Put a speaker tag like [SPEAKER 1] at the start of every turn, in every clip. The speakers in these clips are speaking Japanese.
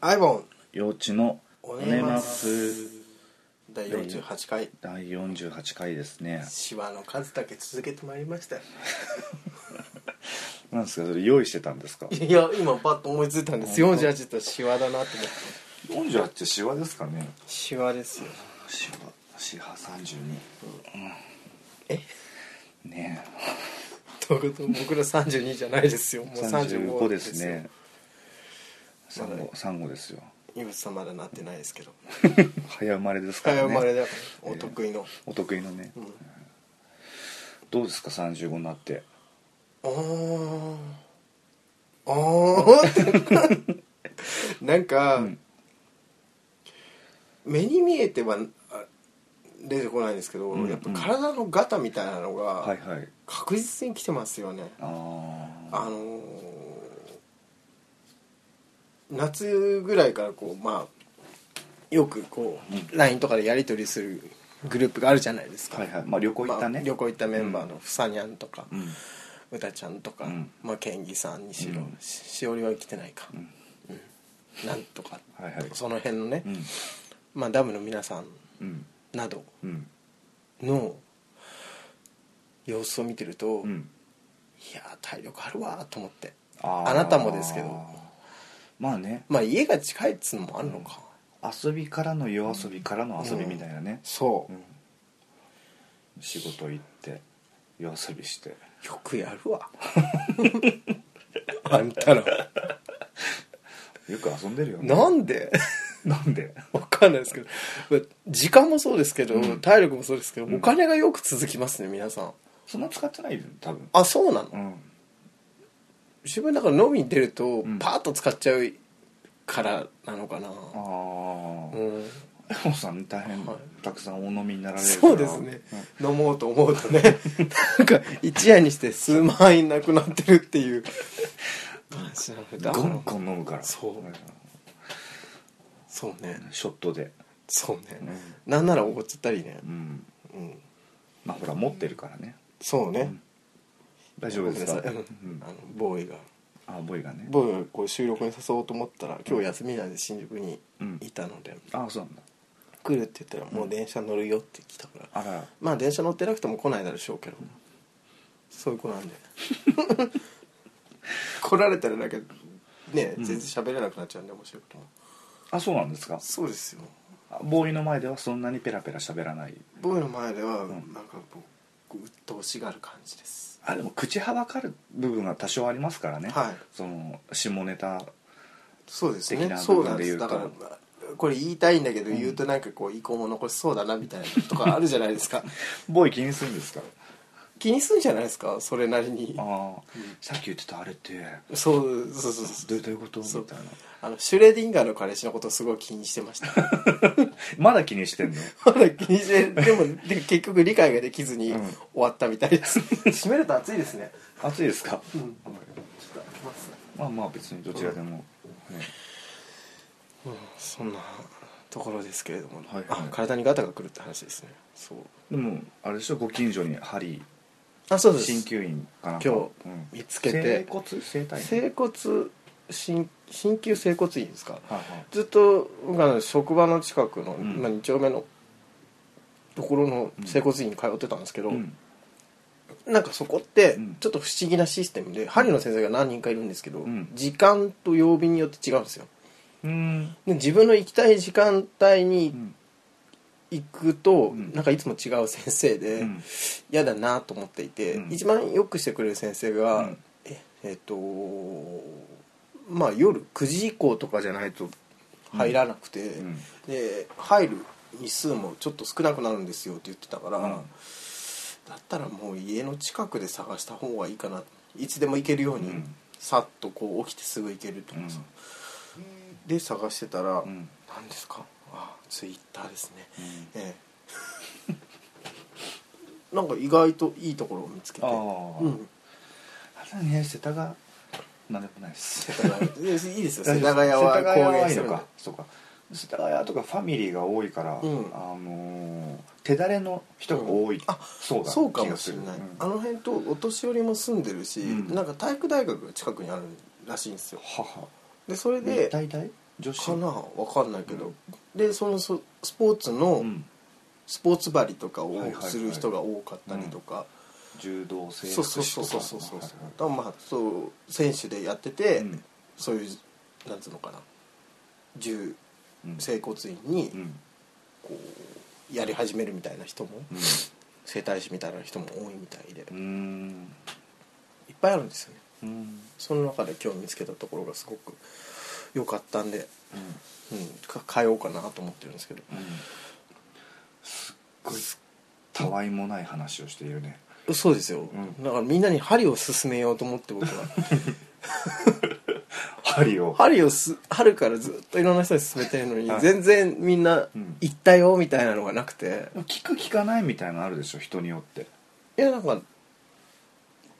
[SPEAKER 1] アイボン
[SPEAKER 2] 幼稚のお
[SPEAKER 1] お
[SPEAKER 2] ね
[SPEAKER 1] ね
[SPEAKER 2] ま
[SPEAKER 1] ますす第48回
[SPEAKER 2] 第48回ですね
[SPEAKER 1] シワの数だけ続けてまいりましたよ
[SPEAKER 2] なんですかそれ用意してたんですか
[SPEAKER 1] いや今パッと思いついたんです48って言ったらシワだなと思って
[SPEAKER 2] 48ってシワですかね
[SPEAKER 1] シワですよ
[SPEAKER 2] シワシワ32
[SPEAKER 1] え
[SPEAKER 2] ね
[SPEAKER 1] ということ僕ら32じゃないですよも
[SPEAKER 2] え
[SPEAKER 1] う
[SPEAKER 2] 35
[SPEAKER 1] 35
[SPEAKER 2] です
[SPEAKER 1] よ
[SPEAKER 2] ね
[SPEAKER 1] まだ
[SPEAKER 2] 産後産後ですよ
[SPEAKER 1] 井口さんまだなってないですけど
[SPEAKER 2] 早生まれですからね
[SPEAKER 1] 早生まれだからお得意の、
[SPEAKER 2] お得意のね、
[SPEAKER 1] うん
[SPEAKER 2] どうですか35になって
[SPEAKER 1] あーあーってなんか、
[SPEAKER 2] うん
[SPEAKER 1] 目に見えてはあ出てこないんですけど、
[SPEAKER 2] うん
[SPEAKER 1] やっぱ体のガタみたいなの
[SPEAKER 2] は
[SPEAKER 1] が
[SPEAKER 2] いはい
[SPEAKER 1] 確実に来てますよね、
[SPEAKER 2] あー
[SPEAKER 1] あのー夏ぐらいからこうまあよくこう LINE とかでやり取りするグループがあるじゃないですか、
[SPEAKER 2] はいはいまあ旅行行ったね、
[SPEAKER 1] まあ旅行行ったメンバーのふさにゃんとか、
[SPEAKER 2] うん
[SPEAKER 1] うたちゃんとか、
[SPEAKER 2] うん
[SPEAKER 1] まあ、健義さんにしろ、
[SPEAKER 2] うん
[SPEAKER 1] ししおりは来てないか、
[SPEAKER 2] ん
[SPEAKER 1] うんなんとか
[SPEAKER 2] はいはい
[SPEAKER 1] その辺のね、
[SPEAKER 2] うん
[SPEAKER 1] まあ、ダムの皆さん
[SPEAKER 2] うん
[SPEAKER 1] など
[SPEAKER 2] うん
[SPEAKER 1] の様子を見てると、
[SPEAKER 2] う
[SPEAKER 1] いや
[SPEAKER 2] ん
[SPEAKER 1] ー体力あるわーと思って
[SPEAKER 2] あー
[SPEAKER 1] あなたもですけど
[SPEAKER 2] まあね
[SPEAKER 1] まあ家が近いっつうのもあるのか、
[SPEAKER 2] 遊びからの夜遊びからの遊びみたいなね、
[SPEAKER 1] そ
[SPEAKER 2] うん仕事行って夜遊びして
[SPEAKER 1] うよくやるわあんたら
[SPEAKER 2] よく遊んでるよね
[SPEAKER 1] なんで
[SPEAKER 2] なんで
[SPEAKER 1] わかんないですけどまあ時間もそうですけど、
[SPEAKER 2] うん
[SPEAKER 1] 体力もそうですけど、
[SPEAKER 2] うん
[SPEAKER 1] お金がよく続きますね皆さん
[SPEAKER 2] そんな使ってないよ多分
[SPEAKER 1] あそうなの
[SPEAKER 2] うん
[SPEAKER 1] 自分だから飲みに出ると
[SPEAKER 2] ん
[SPEAKER 1] パーッと使っちゃうからなのかな、
[SPEAKER 2] あ
[SPEAKER 1] う
[SPEAKER 2] あ
[SPEAKER 1] ん、
[SPEAKER 2] エモさん大変
[SPEAKER 1] はい
[SPEAKER 2] たくさんお飲みになられるから
[SPEAKER 1] そうですね、飲もうと思うとねなんか一夜にして数万円なくなってるっていう話なので
[SPEAKER 2] う
[SPEAKER 1] だ
[SPEAKER 2] ん
[SPEAKER 1] か
[SPEAKER 2] ゴ
[SPEAKER 1] ら
[SPEAKER 2] ンゴン飲むから
[SPEAKER 1] そうんそうね
[SPEAKER 2] ショットで
[SPEAKER 1] そうね、
[SPEAKER 2] う
[SPEAKER 1] なんならおごっちゃったりね
[SPEAKER 2] う、ん
[SPEAKER 1] うん、
[SPEAKER 2] まあほら持ってるからね
[SPEAKER 1] そうね、
[SPEAKER 2] ん大丈夫ですか
[SPEAKER 1] ごめんなさい
[SPEAKER 2] うん
[SPEAKER 1] あのボーイが
[SPEAKER 2] あボーイがね
[SPEAKER 1] ボーイがこう収録に誘おうと思ったら今日休みなんで新宿に
[SPEAKER 2] うん
[SPEAKER 1] いたので、
[SPEAKER 2] あそうなんだ
[SPEAKER 1] 来るって言ったらもう電車乗るよって来たから、
[SPEAKER 2] あら
[SPEAKER 1] まあ電車乗ってなくても来ないだろうしょうけどそういう子 なんで来られたらなんかね全然喋れなくなっちゃうんで面白いことも
[SPEAKER 2] あそうなんですか
[SPEAKER 1] そうですよ
[SPEAKER 2] あボーイの前ではそんなにペラペラ喋らない
[SPEAKER 1] ボーイの前ではなんんかこう鬱陶しがる感じです
[SPEAKER 2] あでも口はばかる部分は多少ありますからね、
[SPEAKER 1] はい
[SPEAKER 2] その下ネタ
[SPEAKER 1] そうです
[SPEAKER 2] 的
[SPEAKER 1] ね
[SPEAKER 2] な部
[SPEAKER 1] そうな
[SPEAKER 2] 分
[SPEAKER 1] ん
[SPEAKER 2] で
[SPEAKER 1] で
[SPEAKER 2] 言う
[SPEAKER 1] す
[SPEAKER 2] と
[SPEAKER 1] だからこれ言いたいんだけど言うとなんかこう遺恨も残しそうだなみたいなとかあるじゃないです か
[SPEAKER 2] ボーイ気にするんですか
[SPEAKER 1] 気にするんじゃないですかそれなりに
[SPEAKER 2] ああ、さっき言ってたあれって
[SPEAKER 1] そうそうそうそ
[SPEAKER 2] ど
[SPEAKER 1] う
[SPEAKER 2] うどういうことみ
[SPEAKER 1] そう
[SPEAKER 2] たいな
[SPEAKER 1] あのシュレディンガーの彼氏のことすごい気にしてました
[SPEAKER 2] まだ気にしてんの
[SPEAKER 1] まだ気にしてでもで結局理解ができずに
[SPEAKER 2] うん
[SPEAKER 1] 終わったみたいです、閉めると暑いですね
[SPEAKER 2] 暑いですか、
[SPEAKER 1] んちょっと開けます
[SPEAKER 2] まあまあ別にどちらでも、ね
[SPEAKER 1] うんそんなところですけれども、
[SPEAKER 2] はいはい
[SPEAKER 1] あ体にガタがくるって話ですねそう
[SPEAKER 2] でもあれでしょご近所に針
[SPEAKER 1] あそうです
[SPEAKER 2] 鍼灸院かなんか
[SPEAKER 1] 今日
[SPEAKER 2] うん
[SPEAKER 1] 見つけて
[SPEAKER 2] 整骨整体
[SPEAKER 1] 整骨鍼鍼灸整骨院ですか
[SPEAKER 2] はいはい
[SPEAKER 1] ずっと僕あの職場の近くの、
[SPEAKER 2] ん
[SPEAKER 1] まあ、2丁目のところの整骨院に通ってたんですけど、
[SPEAKER 2] うん
[SPEAKER 1] なんかそこって
[SPEAKER 2] うん
[SPEAKER 1] ちょっと不思議なシステムで、針の先生が何人かいるんですけど、
[SPEAKER 2] ん
[SPEAKER 1] 時間と曜日によって違うんですよ
[SPEAKER 2] うん
[SPEAKER 1] で自分の行きたい時間帯
[SPEAKER 2] う
[SPEAKER 1] に
[SPEAKER 2] ん
[SPEAKER 1] 行くと、
[SPEAKER 2] ん
[SPEAKER 1] なんかいつも違う先生で
[SPEAKER 2] うん
[SPEAKER 1] 嫌、だなと思っていて、
[SPEAKER 2] うん
[SPEAKER 1] 一番よくしてくれる先生が、
[SPEAKER 2] うん
[SPEAKER 1] ええっとまあ夜9時以降とかじゃないと入らなくて、
[SPEAKER 2] うん
[SPEAKER 1] で入る日数もちょっと少なくなるんですよって言ってたから、
[SPEAKER 2] うん
[SPEAKER 1] だったらもう家の近くで探した方がいいかないつでも行けるように、
[SPEAKER 2] うん
[SPEAKER 1] さっとこう起きてすぐ行けるとかさ、で探してたら、
[SPEAKER 2] ん
[SPEAKER 1] 何ですかあツイッターですね、え えなんか意外といいところを見つけて
[SPEAKER 2] あー
[SPEAKER 1] うん
[SPEAKER 2] あれね世田がなんでもないです
[SPEAKER 1] 世田谷いやいいですよ世田谷は
[SPEAKER 2] 世田谷
[SPEAKER 1] 公
[SPEAKER 2] は
[SPEAKER 1] 園
[SPEAKER 2] いい
[SPEAKER 1] する
[SPEAKER 2] の
[SPEAKER 1] んで
[SPEAKER 2] かそうか世田谷とかファミリーが多いから、
[SPEAKER 1] うん
[SPEAKER 2] あのー手だれの人が多い、
[SPEAKER 1] あ
[SPEAKER 2] そうだ
[SPEAKER 1] そうかもしれない、
[SPEAKER 2] 気がす
[SPEAKER 1] あ
[SPEAKER 2] る
[SPEAKER 1] の辺とお年寄りも住んでるし、
[SPEAKER 2] うん
[SPEAKER 1] なんか体育大学が近くにあるらしいんですよ
[SPEAKER 2] うんはは
[SPEAKER 1] でそれ
[SPEAKER 2] 日
[SPEAKER 1] で
[SPEAKER 2] 体大女子
[SPEAKER 1] かなわかんないけど、でそのそスポーツの、
[SPEAKER 2] うん
[SPEAKER 1] スポーツ針とかを
[SPEAKER 2] はいはいはい
[SPEAKER 1] する人が多かったりとか、
[SPEAKER 2] 柔道整
[SPEAKER 1] そうそう
[SPEAKER 2] 復師
[SPEAKER 1] そ
[SPEAKER 2] と
[SPEAKER 1] う
[SPEAKER 2] か
[SPEAKER 1] そうそうそうだ
[SPEAKER 2] はい
[SPEAKER 1] からまあそう選手でやってて、
[SPEAKER 2] はいうん
[SPEAKER 1] そういうなんつうのかな銃
[SPEAKER 2] うん
[SPEAKER 1] 整骨院に
[SPEAKER 2] うん
[SPEAKER 1] こうやり始めるみたいな人も、
[SPEAKER 2] うん
[SPEAKER 1] 整体師みたいな人も多いみたいで、
[SPEAKER 2] う
[SPEAKER 1] いっ
[SPEAKER 2] ん
[SPEAKER 1] ぱいあるんですよね
[SPEAKER 2] うん
[SPEAKER 1] その中で今日見つけたところがすごく良かったんで、
[SPEAKER 2] うん
[SPEAKER 1] うん、か変えようかなと思ってるんですけど
[SPEAKER 2] すっごいたわいもない話をしているね
[SPEAKER 1] そうですよ、
[SPEAKER 2] うん
[SPEAKER 1] だからみんなに針を勧めようと思 って僕は
[SPEAKER 2] 針を
[SPEAKER 1] 針をす春からずっといろんな人に勧めてるのに、
[SPEAKER 2] はい
[SPEAKER 1] 全然みんな
[SPEAKER 2] うん
[SPEAKER 1] 行ったよみたいなのがなくて、
[SPEAKER 2] 聞く聞かないみたいなのあるでしょ人によって
[SPEAKER 1] いやなんか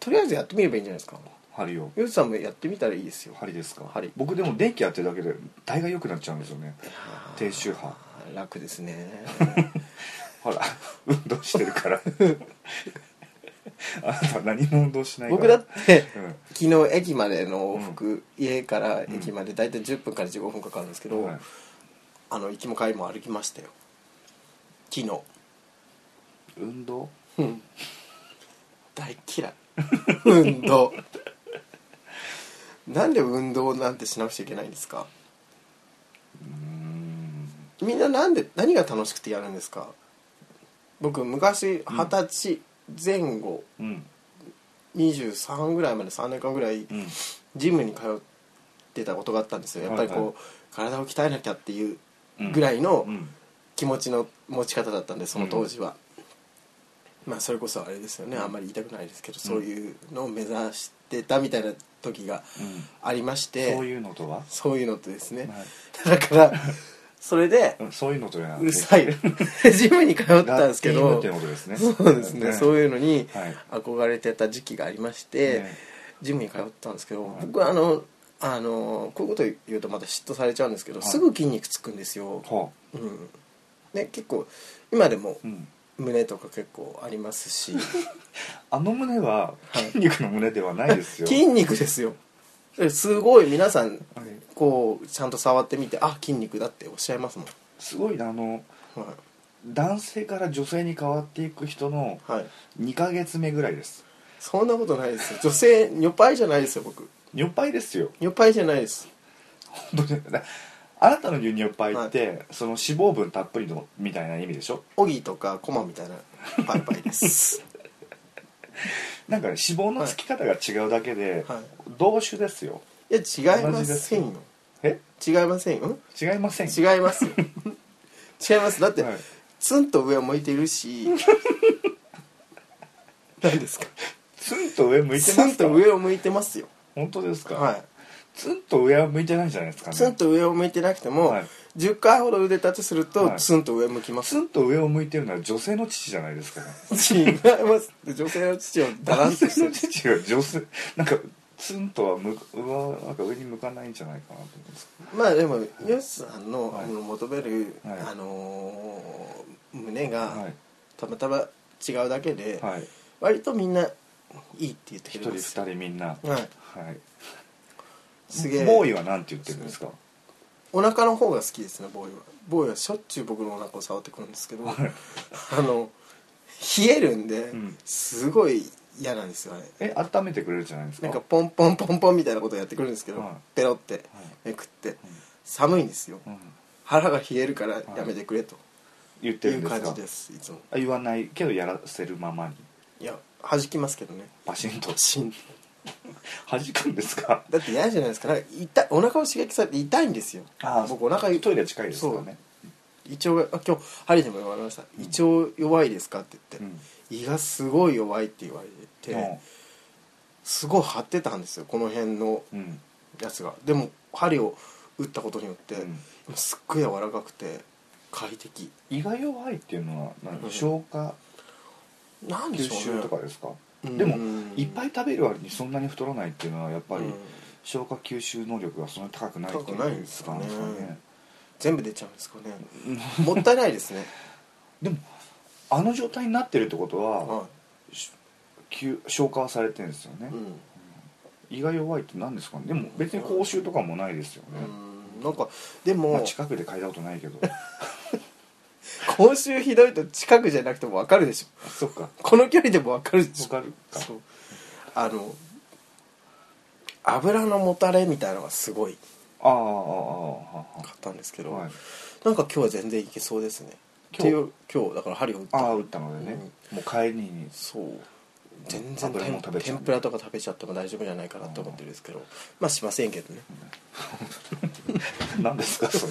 [SPEAKER 1] とりあえずやってみればいいんじゃないですか
[SPEAKER 2] 針を
[SPEAKER 1] ヨウジさんもやってみたらいいですよ
[SPEAKER 2] 針ですか
[SPEAKER 1] 針
[SPEAKER 2] 僕でも電気やってるだけで大概良くなっちゃうんですよね低周波
[SPEAKER 1] あー楽ですね
[SPEAKER 2] ほら 運動してるから あなた何も運動しないから
[SPEAKER 1] 僕だって
[SPEAKER 2] うん
[SPEAKER 1] 昨日駅までの往復、家から駅まで大体10分から15分かかるんですけど、
[SPEAKER 2] はい
[SPEAKER 1] あの行きも帰りも歩きましたよ昨日
[SPEAKER 2] 運動
[SPEAKER 1] うん大っ嫌い 運動なんで運動なんてしなくちゃいけないんですか
[SPEAKER 2] うーん
[SPEAKER 1] みんななんで何が楽しくてやるんですか僕昔二十歳前後、
[SPEAKER 2] うん
[SPEAKER 1] 23ぐらいまで3年間ぐらい
[SPEAKER 2] うん
[SPEAKER 1] ジムに通ってたことがあったんですよやっぱりこう、
[SPEAKER 2] はいは
[SPEAKER 1] 体を鍛えなきゃっていう
[SPEAKER 2] うん
[SPEAKER 1] ぐらいの
[SPEAKER 2] うん
[SPEAKER 1] 気持ちの持ち方だったんでその当時は、まあそれこそあれですよねあんまり言いたくないですけど、そういうのを目指してたみたいな時が
[SPEAKER 2] うん
[SPEAKER 1] ありまして、
[SPEAKER 2] そういうのとは
[SPEAKER 1] そういうのとですね、
[SPEAKER 2] はい
[SPEAKER 1] だからそれで
[SPEAKER 2] うん そういうのとや
[SPEAKER 1] うるさい ジムに通ったんですけ
[SPEAKER 2] ラッキーム
[SPEAKER 1] ど
[SPEAKER 2] っていうことですね
[SPEAKER 1] そうですねそういうのに
[SPEAKER 2] はい
[SPEAKER 1] 憧れてた時期がありまして、
[SPEAKER 2] ね
[SPEAKER 1] ジムに通ったんですけど、
[SPEAKER 2] はい
[SPEAKER 1] 僕はあのあのこういうこと言うとまた嫉妬されちゃうんですけど、
[SPEAKER 2] はい
[SPEAKER 1] すぐ筋肉つくんですよ、
[SPEAKER 2] は
[SPEAKER 1] うん、ね結構今でも
[SPEAKER 2] あうん
[SPEAKER 1] 胸とか結構ありますし
[SPEAKER 2] あの胸は筋肉の胸ではないですよ
[SPEAKER 1] 筋肉ですよすごい皆さん
[SPEAKER 2] はい
[SPEAKER 1] こうちゃんと触ってみてあ筋肉だっておっしゃいますもん
[SPEAKER 2] すごいなあの
[SPEAKER 1] は
[SPEAKER 2] 男性から女性に変わっていく人の
[SPEAKER 1] い、はい、
[SPEAKER 2] 2ヶ月目ぐらいです
[SPEAKER 1] そんなことないですよ女性女パイじゃないですよ僕
[SPEAKER 2] 女パイですよ
[SPEAKER 1] 女パイじゃないです
[SPEAKER 2] 本当にあなたの牛乳パイって、その脂肪分たっぷりのみたいな意味でしょ
[SPEAKER 1] オギとかコマみたいなパイパイです
[SPEAKER 2] なんかね脂肪のつき方が違うだけで、
[SPEAKER 1] はい
[SPEAKER 2] 同種ですよ
[SPEAKER 1] いや違いま
[SPEAKER 2] 同じです
[SPEAKER 1] せんよ
[SPEAKER 2] よえ
[SPEAKER 1] 違いませんよ
[SPEAKER 2] 違いません
[SPEAKER 1] 違いますよ違いますだって、
[SPEAKER 2] はい
[SPEAKER 1] ツンと上を向いているし何ですか
[SPEAKER 2] ツンと上向いてます
[SPEAKER 1] ツ
[SPEAKER 2] か
[SPEAKER 1] ンと上を向いてますよ
[SPEAKER 2] 本当ですか、
[SPEAKER 1] は
[SPEAKER 2] ツンと上は向いてないんじゃないですか
[SPEAKER 1] い
[SPEAKER 2] ね
[SPEAKER 1] ツンと上を向いてなくても、
[SPEAKER 2] はい
[SPEAKER 1] 10回ほど腕立てすると、
[SPEAKER 2] はい
[SPEAKER 1] ツンと上向きます
[SPEAKER 2] ツンと上を向いてるのは女性の乳じゃないですかね
[SPEAKER 1] 違います女性の父をだら
[SPEAKER 2] 男
[SPEAKER 1] んと
[SPEAKER 2] 性
[SPEAKER 1] し
[SPEAKER 2] の
[SPEAKER 1] て
[SPEAKER 2] 父が女性なんかツンとは向くうわなんか上に向かないんじゃないかなと思うんです
[SPEAKER 1] まあでもヨシさんの,、
[SPEAKER 2] はい
[SPEAKER 1] あの求める、
[SPEAKER 2] はい
[SPEAKER 1] あのー胸が、
[SPEAKER 2] はい
[SPEAKER 1] たまたま違うだけで、
[SPEAKER 2] けどはい
[SPEAKER 1] 割とみんないいって言ってく
[SPEAKER 2] 一
[SPEAKER 1] れま
[SPEAKER 2] 人二
[SPEAKER 1] すよ
[SPEAKER 2] 人みんなは
[SPEAKER 1] はい
[SPEAKER 2] い
[SPEAKER 1] すげえ
[SPEAKER 2] ボーイはなんて言ってるんですか
[SPEAKER 1] お腹の方が好きですねボーイはボーイはしょっちゅう僕のお腹を触ってくるんですけど あの冷えるんで、
[SPEAKER 2] ん
[SPEAKER 1] すごい嫌なんですよね
[SPEAKER 2] え温めてくれるじゃないですか
[SPEAKER 1] なんかポンポンポンポンみたいなことをやってくるんですけど、
[SPEAKER 2] はい
[SPEAKER 1] ペロってめくって、寒いんですよ、
[SPEAKER 2] うん
[SPEAKER 1] 腹が冷えるからやめてくれと
[SPEAKER 2] 言っ
[SPEAKER 1] い
[SPEAKER 2] てる
[SPEAKER 1] う
[SPEAKER 2] んです
[SPEAKER 1] 感
[SPEAKER 2] か
[SPEAKER 1] じですいつも
[SPEAKER 2] あ言わないけどやらせるままに
[SPEAKER 1] いや弾きますけどね
[SPEAKER 2] パシン と
[SPEAKER 1] しん
[SPEAKER 2] 弾くんですか
[SPEAKER 1] だって嫌じゃないですかなんか痛いお腹を刺激されて痛いんですよ僕お腹
[SPEAKER 2] トイレ近いですからね
[SPEAKER 1] 胃腸があ今日針でも言われました「胃腸弱いですか?」って言って、胃がすごい弱い」って言われて、すごい張ってたんですよこの辺の
[SPEAKER 2] うんうん
[SPEAKER 1] やつがでも針を打ったことによって、
[SPEAKER 2] うん
[SPEAKER 1] すっごい柔らかくて快適
[SPEAKER 2] 胃が弱いっていうのはなんか
[SPEAKER 1] うん
[SPEAKER 2] 消化
[SPEAKER 1] なんで
[SPEAKER 2] 吸
[SPEAKER 1] しょう
[SPEAKER 2] 収
[SPEAKER 1] ね
[SPEAKER 2] とかですか
[SPEAKER 1] うん
[SPEAKER 2] でもいっぱい食べる割にそんなに太らないっていうのはやっぱり
[SPEAKER 1] うん
[SPEAKER 2] 消化吸収能力がそんなに高くないっていう
[SPEAKER 1] 高くないんですかね
[SPEAKER 2] ことなんですかね
[SPEAKER 1] 全部出ちゃうんですかねもったいないです ね、
[SPEAKER 2] でもあの状態になってるってことは
[SPEAKER 1] は
[SPEAKER 2] し吸消化はされてるんですよね
[SPEAKER 1] いうん
[SPEAKER 2] 胃が弱いって何ですかねでも別に口臭とかもないですよね
[SPEAKER 1] うんなんかでも、
[SPEAKER 2] まあ、近くで嗅いだことないけど
[SPEAKER 1] 今週ひどいと近くじゃなくても分かるでしょ
[SPEAKER 2] そっか
[SPEAKER 1] この距離でも分かるでしょ
[SPEAKER 2] わかるか
[SPEAKER 1] そうあの油のもたれみたいなのがすごい
[SPEAKER 2] あああああああ
[SPEAKER 1] かったんですけど、
[SPEAKER 2] はい
[SPEAKER 1] なんか今日は全然いけそうですね
[SPEAKER 2] 今日
[SPEAKER 1] っていう今日だから針を打っ
[SPEAKER 2] あああ
[SPEAKER 1] た
[SPEAKER 2] 打ったのでね、もう帰りに
[SPEAKER 1] そう全然
[SPEAKER 2] 油も食べちゃう
[SPEAKER 1] 天ぷらとか食べちゃっても大丈夫じゃないかなと思ってるんですけどまあしませんけどね
[SPEAKER 2] 何ですかそ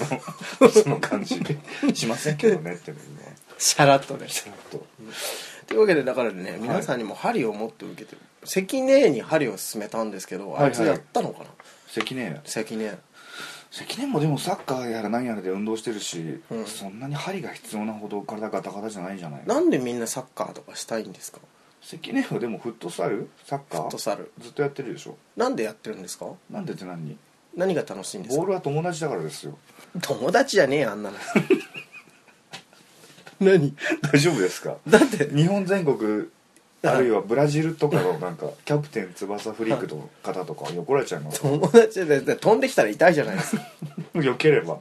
[SPEAKER 2] のその感じしませんけどねっていうのは
[SPEAKER 1] シャラッとね
[SPEAKER 2] ちらっ と
[SPEAKER 1] というわけでだからね皆さんにも針を持って受けてる関根に針を勧めたんですけど
[SPEAKER 2] はいはい
[SPEAKER 1] あいつやったのかな
[SPEAKER 2] 関根や
[SPEAKER 1] 関根
[SPEAKER 2] 関根もでもサッカーやら何やらで運動してるし、
[SPEAKER 1] うん
[SPEAKER 2] そんなに針が必要なほど体ガタガタじゃないじゃない
[SPEAKER 1] なんでみんなサッカーとかしたいんですか
[SPEAKER 2] 関根はでもフットサルサッカー
[SPEAKER 1] フットサル
[SPEAKER 2] ずっとやってるでしょ
[SPEAKER 1] なんでやってるんですか
[SPEAKER 2] なんでって何
[SPEAKER 1] 何が楽しいんです
[SPEAKER 2] ボー
[SPEAKER 1] か
[SPEAKER 2] ルは友達だからですよ
[SPEAKER 1] 友達じゃねえよあんなの 何
[SPEAKER 2] 大丈夫ですか
[SPEAKER 1] だって
[SPEAKER 2] 日本全国
[SPEAKER 1] はい
[SPEAKER 2] あるいはブラジルとかのなんかキャプテン翼フリークの方とか横られちゃうの
[SPEAKER 1] 友達で飛んできたら痛いじゃないですか
[SPEAKER 2] よければ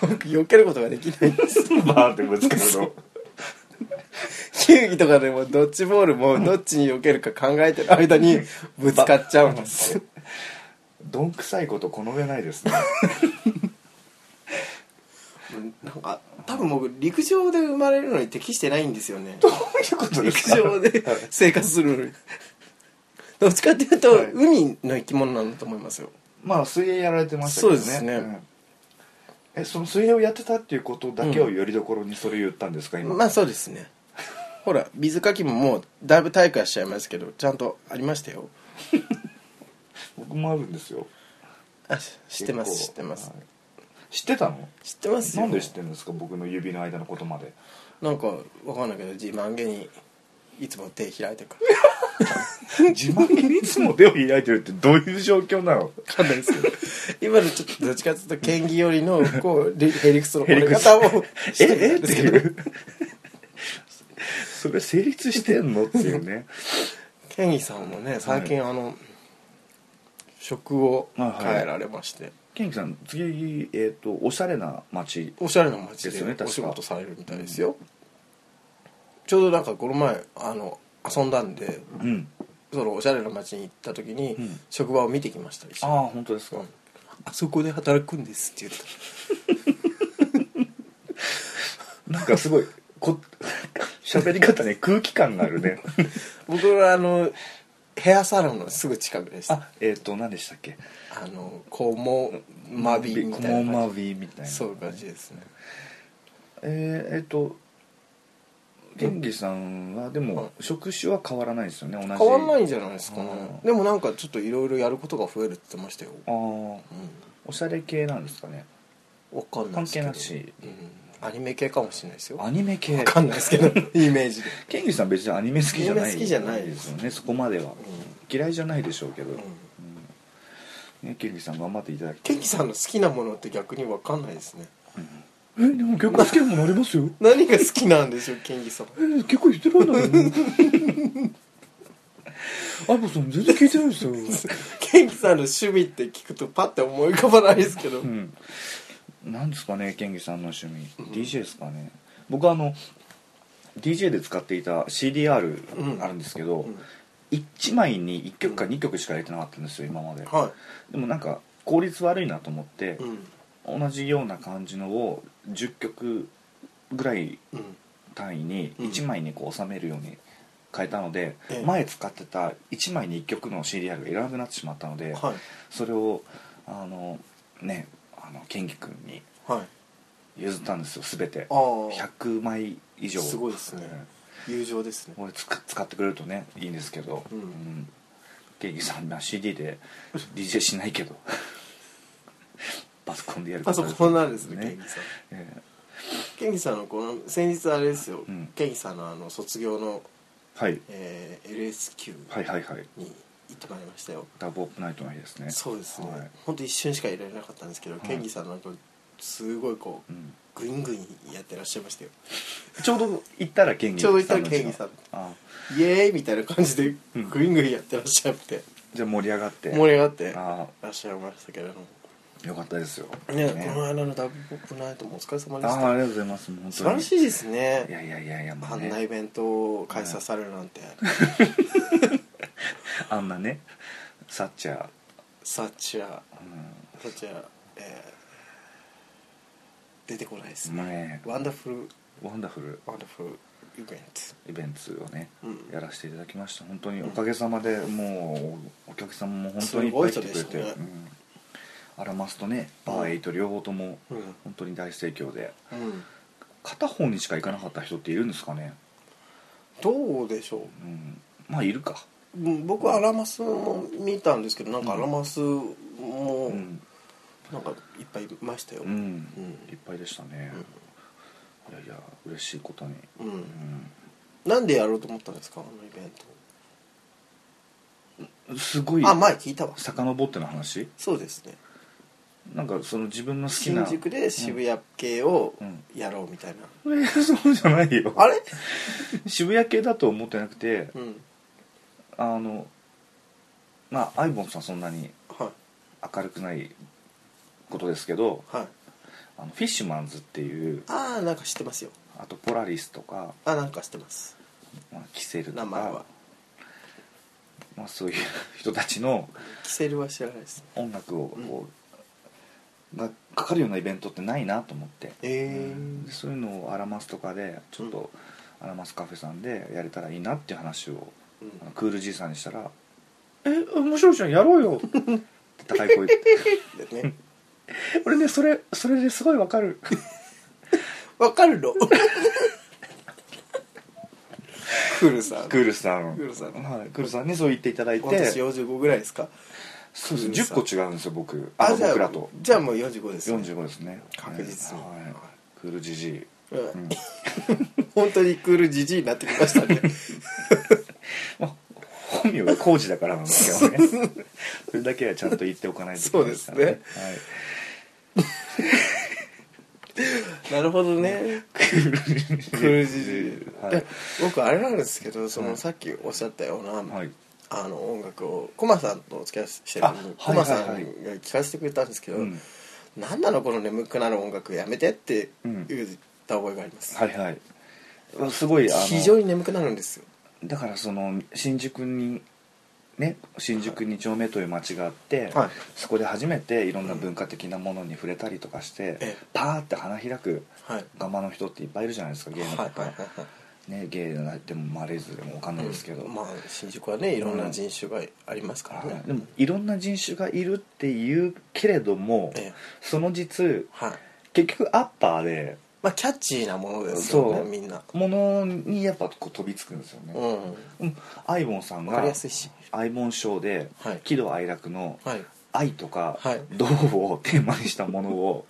[SPEAKER 1] 僕 避けることができないんです
[SPEAKER 2] バーンってぶつかるの
[SPEAKER 1] 球技とかでもドッジボールもどっちに避けるか考えてる間にぶつかっちゃうんです
[SPEAKER 2] どんくさいことこの上ないですね
[SPEAKER 1] なんか多分僕陸上で生まれるのに適してないんですよ ね
[SPEAKER 2] どういうことです
[SPEAKER 1] 陸
[SPEAKER 2] か
[SPEAKER 1] 上で生活するのにどっちかっていうと、
[SPEAKER 2] はい
[SPEAKER 1] 海の生き物なんだと思いますよ
[SPEAKER 2] まあ水泳やられてましたけどね
[SPEAKER 1] そうですね
[SPEAKER 2] んえその水泳をやってたっていうことだけをよりどころにそれ言ったんですか今、
[SPEAKER 1] まあそうですねほら水かきももうだいぶ退化しちゃいますけどちゃんとありましたよ
[SPEAKER 2] 僕もあるんですよ
[SPEAKER 1] あし知ってます知
[SPEAKER 2] 結
[SPEAKER 1] っ
[SPEAKER 2] 構
[SPEAKER 1] てます
[SPEAKER 2] はい知ってたの
[SPEAKER 1] 知ってますよ
[SPEAKER 2] なんで知ってるんですか僕の指の間のことまで
[SPEAKER 1] なんかわかんないけど自慢げにいつも手開いてるから
[SPEAKER 2] 自慢げにいつも手を開いてるってどういう状況なの
[SPEAKER 1] わかんないですけど今のちょっとどっちかというと県議寄りの こうリヘリクスのこれ方を
[SPEAKER 2] え
[SPEAKER 1] して
[SPEAKER 2] え
[SPEAKER 1] る
[SPEAKER 2] っ
[SPEAKER 1] んで
[SPEAKER 2] て
[SPEAKER 1] すけ
[SPEAKER 2] い
[SPEAKER 1] ど
[SPEAKER 2] う それ成立してんのっていうね
[SPEAKER 1] 県議さんもね最近あの、職を変えられまして、
[SPEAKER 2] ケンキさん次えっ、とおしゃれな街
[SPEAKER 1] おしゃれな街
[SPEAKER 2] ですよね確
[SPEAKER 1] で
[SPEAKER 2] か
[SPEAKER 1] お仕事されるみたいですよちょうどなんかこの前あの遊んだんで
[SPEAKER 2] うん
[SPEAKER 1] そのおしゃれな街に行った時に、
[SPEAKER 2] うん
[SPEAKER 1] 職場を見てきました一
[SPEAKER 2] あ
[SPEAKER 1] 緒
[SPEAKER 2] あ
[SPEAKER 1] に
[SPEAKER 2] 本当ですか、
[SPEAKER 1] うんあそこで働くんですって言ってた
[SPEAKER 2] なんかすごいこ喋り方ね空気感があるね
[SPEAKER 1] 僕はあのヘアサロンのすぐ近くでした
[SPEAKER 2] あえっ、と何でしたっけ
[SPEAKER 1] あのこもまびみ
[SPEAKER 2] コ
[SPEAKER 1] たいな感
[SPEAKER 2] モンマビみたいな
[SPEAKER 1] じそういう感じですね
[SPEAKER 2] えー、えっ、とケンキさんはでも職種は変わらないですよね同じ
[SPEAKER 1] 変わんないんじゃないですかね
[SPEAKER 2] うん
[SPEAKER 1] でもなんかちょっといろいろやることが増えるって言ってましたよ、
[SPEAKER 2] ああ
[SPEAKER 1] う
[SPEAKER 2] おしゃれ系なんですかね
[SPEAKER 1] ん、わかんないですけど
[SPEAKER 2] 関係なし
[SPEAKER 1] うん、アニメ系かもしれないですよ
[SPEAKER 2] アニメ系
[SPEAKER 1] わかんないですけど イメージで、
[SPEAKER 2] ケンギさん別にアニメ好きじゃない
[SPEAKER 1] アニメ好きじゃない
[SPEAKER 2] で
[SPEAKER 1] です
[SPEAKER 2] すよねそこまでは、嫌いじゃないでしょうけど、
[SPEAKER 1] うん
[SPEAKER 2] ね、ケンギさん頑張っていただき
[SPEAKER 1] ケンキさんの好きなものって逆にわかんないですね
[SPEAKER 2] えでも結構好きなものありますよ
[SPEAKER 1] 何が好きなんでしょうケンキさん
[SPEAKER 2] え結構言ってるんだけどアボさん全然聞いてないですよ、
[SPEAKER 1] ケンキさんの趣味って聞くとパッて思い浮かばないですけど、
[SPEAKER 2] うん、なんですかねケンギさんの趣味、DJ ですかね僕はあの DJ で使っていた CDR
[SPEAKER 1] うん
[SPEAKER 2] あるんですけど、
[SPEAKER 1] うん
[SPEAKER 2] 1枚に1曲か2曲しか入れてなかったんですよ今まで、
[SPEAKER 1] は
[SPEAKER 2] でもなんか効率悪いなと思って
[SPEAKER 1] い、う、ん
[SPEAKER 2] 同じような感じのを10曲ぐらい
[SPEAKER 1] うん、
[SPEAKER 2] 単位に
[SPEAKER 1] うん
[SPEAKER 2] 1枚にこう収めるように変えたので、
[SPEAKER 1] ええ
[SPEAKER 2] 前使ってた1枚に1曲の CDR がいらなくなってしまったので、
[SPEAKER 1] はい
[SPEAKER 2] それをあのねあのケンギ君に
[SPEAKER 1] はい
[SPEAKER 2] 譲ったんですよ全て
[SPEAKER 1] ああ
[SPEAKER 2] 100枚以上
[SPEAKER 1] すごいですね友情ですね
[SPEAKER 2] うん俺使使ってくれるとねいいんですけど、
[SPEAKER 1] うん
[SPEAKER 2] ケンギさんは CD で DJ しないけど パソコンでやる
[SPEAKER 1] あ
[SPEAKER 2] と
[SPEAKER 1] そこなんですねケン
[SPEAKER 2] ね
[SPEAKER 1] キさん
[SPEAKER 2] ええ
[SPEAKER 1] ケンギさんのこの先日あれですよ、
[SPEAKER 2] うん
[SPEAKER 1] ケンギさんのあの卒業の、
[SPEAKER 2] はい
[SPEAKER 1] えー LSQ
[SPEAKER 2] はいはいはい
[SPEAKER 1] に行ってまいりましたよ、
[SPEAKER 2] ダブオープナイトの日ですね
[SPEAKER 1] そうですね、
[SPEAKER 2] は
[SPEAKER 1] ほ
[SPEAKER 2] い
[SPEAKER 1] ん本当一瞬しかいられなかったんですけど、
[SPEAKER 2] はい
[SPEAKER 1] ケンギさんなんかすごいこう、
[SPEAKER 2] うん
[SPEAKER 1] グイングインやってらっしゃいましたよ
[SPEAKER 2] ちょうど行ったらケンギ
[SPEAKER 1] ちょうど行ったらケンギさん
[SPEAKER 2] ああ
[SPEAKER 1] イエーイみたいな感じで
[SPEAKER 2] うん
[SPEAKER 1] グイングインやってらっしゃって、
[SPEAKER 2] じゃあ盛り上がって
[SPEAKER 1] 盛り上がって
[SPEAKER 2] ああ
[SPEAKER 1] らっしゃいましたけれども
[SPEAKER 2] よかったですよ
[SPEAKER 1] ねこの間のダブポップナイトもお疲れ様
[SPEAKER 2] あ
[SPEAKER 1] でし
[SPEAKER 2] あ
[SPEAKER 1] た
[SPEAKER 2] ありがとうございます本当に
[SPEAKER 1] 素晴らしいです
[SPEAKER 2] いや
[SPEAKER 1] ね
[SPEAKER 2] いやいやいやも
[SPEAKER 1] あ
[SPEAKER 2] うね
[SPEAKER 1] んなイベントを開催される なんて、
[SPEAKER 2] あんなねサッチャー、
[SPEAKER 1] サッチャー
[SPEAKER 2] う
[SPEAKER 1] サッチャー、えー出てこないです
[SPEAKER 2] ん、
[SPEAKER 1] ね、
[SPEAKER 2] まあね
[SPEAKER 1] ワンダフル
[SPEAKER 2] ワンダフル
[SPEAKER 1] ワンダフルイベン
[SPEAKER 2] イベントをね、
[SPEAKER 1] うん
[SPEAKER 2] やらせていただきました本当に
[SPEAKER 1] うん
[SPEAKER 2] おかげさまで、もうお客様も本当にいっぱい来てくれ
[SPEAKER 1] すごい人
[SPEAKER 2] て、
[SPEAKER 1] でしたね
[SPEAKER 2] うんアラマスとねバーエイト両方とも
[SPEAKER 1] トうん
[SPEAKER 2] 本当に大盛況で
[SPEAKER 1] うん
[SPEAKER 2] 片方にしか行かなかった人っているんですかね、
[SPEAKER 1] どうでしょう
[SPEAKER 2] うん、まあいるか
[SPEAKER 1] うん僕はアラマスも見たんですけどなんかアラマスも
[SPEAKER 2] うん、
[SPEAKER 1] なんかいっぱいいましたよ、
[SPEAKER 2] うん
[SPEAKER 1] うん
[SPEAKER 2] いっぱいでしたね、いやいや嬉しいことに、
[SPEAKER 1] うん
[SPEAKER 2] うん
[SPEAKER 1] なんでやろうと思ったんですかあのイベン
[SPEAKER 2] すごい
[SPEAKER 1] トあ前聞いたわ
[SPEAKER 2] 遡っての話
[SPEAKER 1] そうですね
[SPEAKER 2] なんかその自分の好きな
[SPEAKER 1] 新宿で渋谷系を
[SPEAKER 2] うん
[SPEAKER 1] やろうみたいな、
[SPEAKER 2] えそうじゃないよ
[SPEAKER 1] あれ
[SPEAKER 2] 渋谷系だと思ってなくて
[SPEAKER 1] うん
[SPEAKER 2] あのまあアイボンさんそんなに
[SPEAKER 1] はい
[SPEAKER 2] 明るくないことですけど
[SPEAKER 1] はい
[SPEAKER 2] あのフィッシュマンズっていう
[SPEAKER 1] ああなんか知ってますよ
[SPEAKER 2] あとポラリスとか、
[SPEAKER 1] あなんか知ってます
[SPEAKER 2] まあ、キセルと
[SPEAKER 1] 名前は
[SPEAKER 2] か、まあ、そういう人たちの
[SPEAKER 1] キセルは知らないです
[SPEAKER 2] 音楽をこう、がかかるようなイベントってないなと思って、
[SPEAKER 1] え
[SPEAKER 2] でそういうのをアラマスとかでちょっと、アラマスカフェさんでやれたらいいなっていう話を
[SPEAKER 1] え
[SPEAKER 2] あのクールじいさんにしたら「え面白いじゃんやろうよ」って高い声で
[SPEAKER 1] うんでね
[SPEAKER 2] 「 俺ねそれそれですごいわかる
[SPEAKER 1] わかるのクールさ」ん
[SPEAKER 2] クールさん
[SPEAKER 1] クールさん
[SPEAKER 2] はい、クールさんにそう言っていただいて
[SPEAKER 1] 私45ぐらいですか
[SPEAKER 2] そう
[SPEAKER 1] クール
[SPEAKER 2] です
[SPEAKER 1] さ
[SPEAKER 2] 10
[SPEAKER 1] ん
[SPEAKER 2] 個違うんですよ僕あの
[SPEAKER 1] じゃあ
[SPEAKER 2] 僕らと
[SPEAKER 1] じゃあもう45ですね
[SPEAKER 2] 45ですね
[SPEAKER 1] 確実に
[SPEAKER 2] はい、クールじじい、
[SPEAKER 1] うん
[SPEAKER 2] うん
[SPEAKER 1] 本当にクールじじいになってきましたね
[SPEAKER 2] まあ本名が浩二だからなんですけどねそれだけはちゃんと言っておかないといけないですからね
[SPEAKER 1] そうで なるほどね
[SPEAKER 2] はい、
[SPEAKER 1] クールじじい
[SPEAKER 2] はい、
[SPEAKER 1] 僕あれなんですけどそ
[SPEAKER 2] はい
[SPEAKER 1] のさっきおっしゃったような、
[SPEAKER 2] はい、
[SPEAKER 1] あの音楽をコマさんとお付き合いしてる
[SPEAKER 2] あ
[SPEAKER 1] コマさん
[SPEAKER 2] はい
[SPEAKER 1] が
[SPEAKER 2] はいはい
[SPEAKER 1] 聞かせてくれたんですけど、
[SPEAKER 2] うん
[SPEAKER 1] なんなのこの眠くなる音楽やめてって
[SPEAKER 2] うん
[SPEAKER 1] 言った覚えがあります、
[SPEAKER 2] はいはいあすごいあの
[SPEAKER 1] 非常に眠くなるんですよ
[SPEAKER 2] だからその新宿にね新宿2丁目という街があって、
[SPEAKER 1] はい
[SPEAKER 2] そこで初めていろんな文化的なものに触れたりとかして、
[SPEAKER 1] ええ
[SPEAKER 2] パーって花開く
[SPEAKER 1] はい
[SPEAKER 2] ガマの人っていっぱいいるじゃないですか芸
[SPEAKER 1] は
[SPEAKER 2] 能
[SPEAKER 1] い
[SPEAKER 2] と
[SPEAKER 1] は
[SPEAKER 2] か、
[SPEAKER 1] いはいはい
[SPEAKER 2] ね芸能でもマレーズでもわかんないですけど、
[SPEAKER 1] まあ新宿はねいろんな人種がありますからね、
[SPEAKER 2] はいでもいろんな人種がいるっていうけれども、
[SPEAKER 1] ええ
[SPEAKER 2] その実
[SPEAKER 1] はい
[SPEAKER 2] 結局アッパーで
[SPEAKER 1] まあキャッチーなものですよね
[SPEAKER 2] そう
[SPEAKER 1] みんな
[SPEAKER 2] ものにやっぱこう飛びつくんですよ
[SPEAKER 1] う
[SPEAKER 2] ね、
[SPEAKER 1] ん
[SPEAKER 2] うん、アイボンさん
[SPEAKER 1] わか
[SPEAKER 2] が
[SPEAKER 1] りやすいし
[SPEAKER 2] アイボンショーで
[SPEAKER 1] はい
[SPEAKER 2] 喜怒哀楽の
[SPEAKER 1] はい
[SPEAKER 2] 愛とか
[SPEAKER 1] はい
[SPEAKER 2] 道をテーマにしたもの を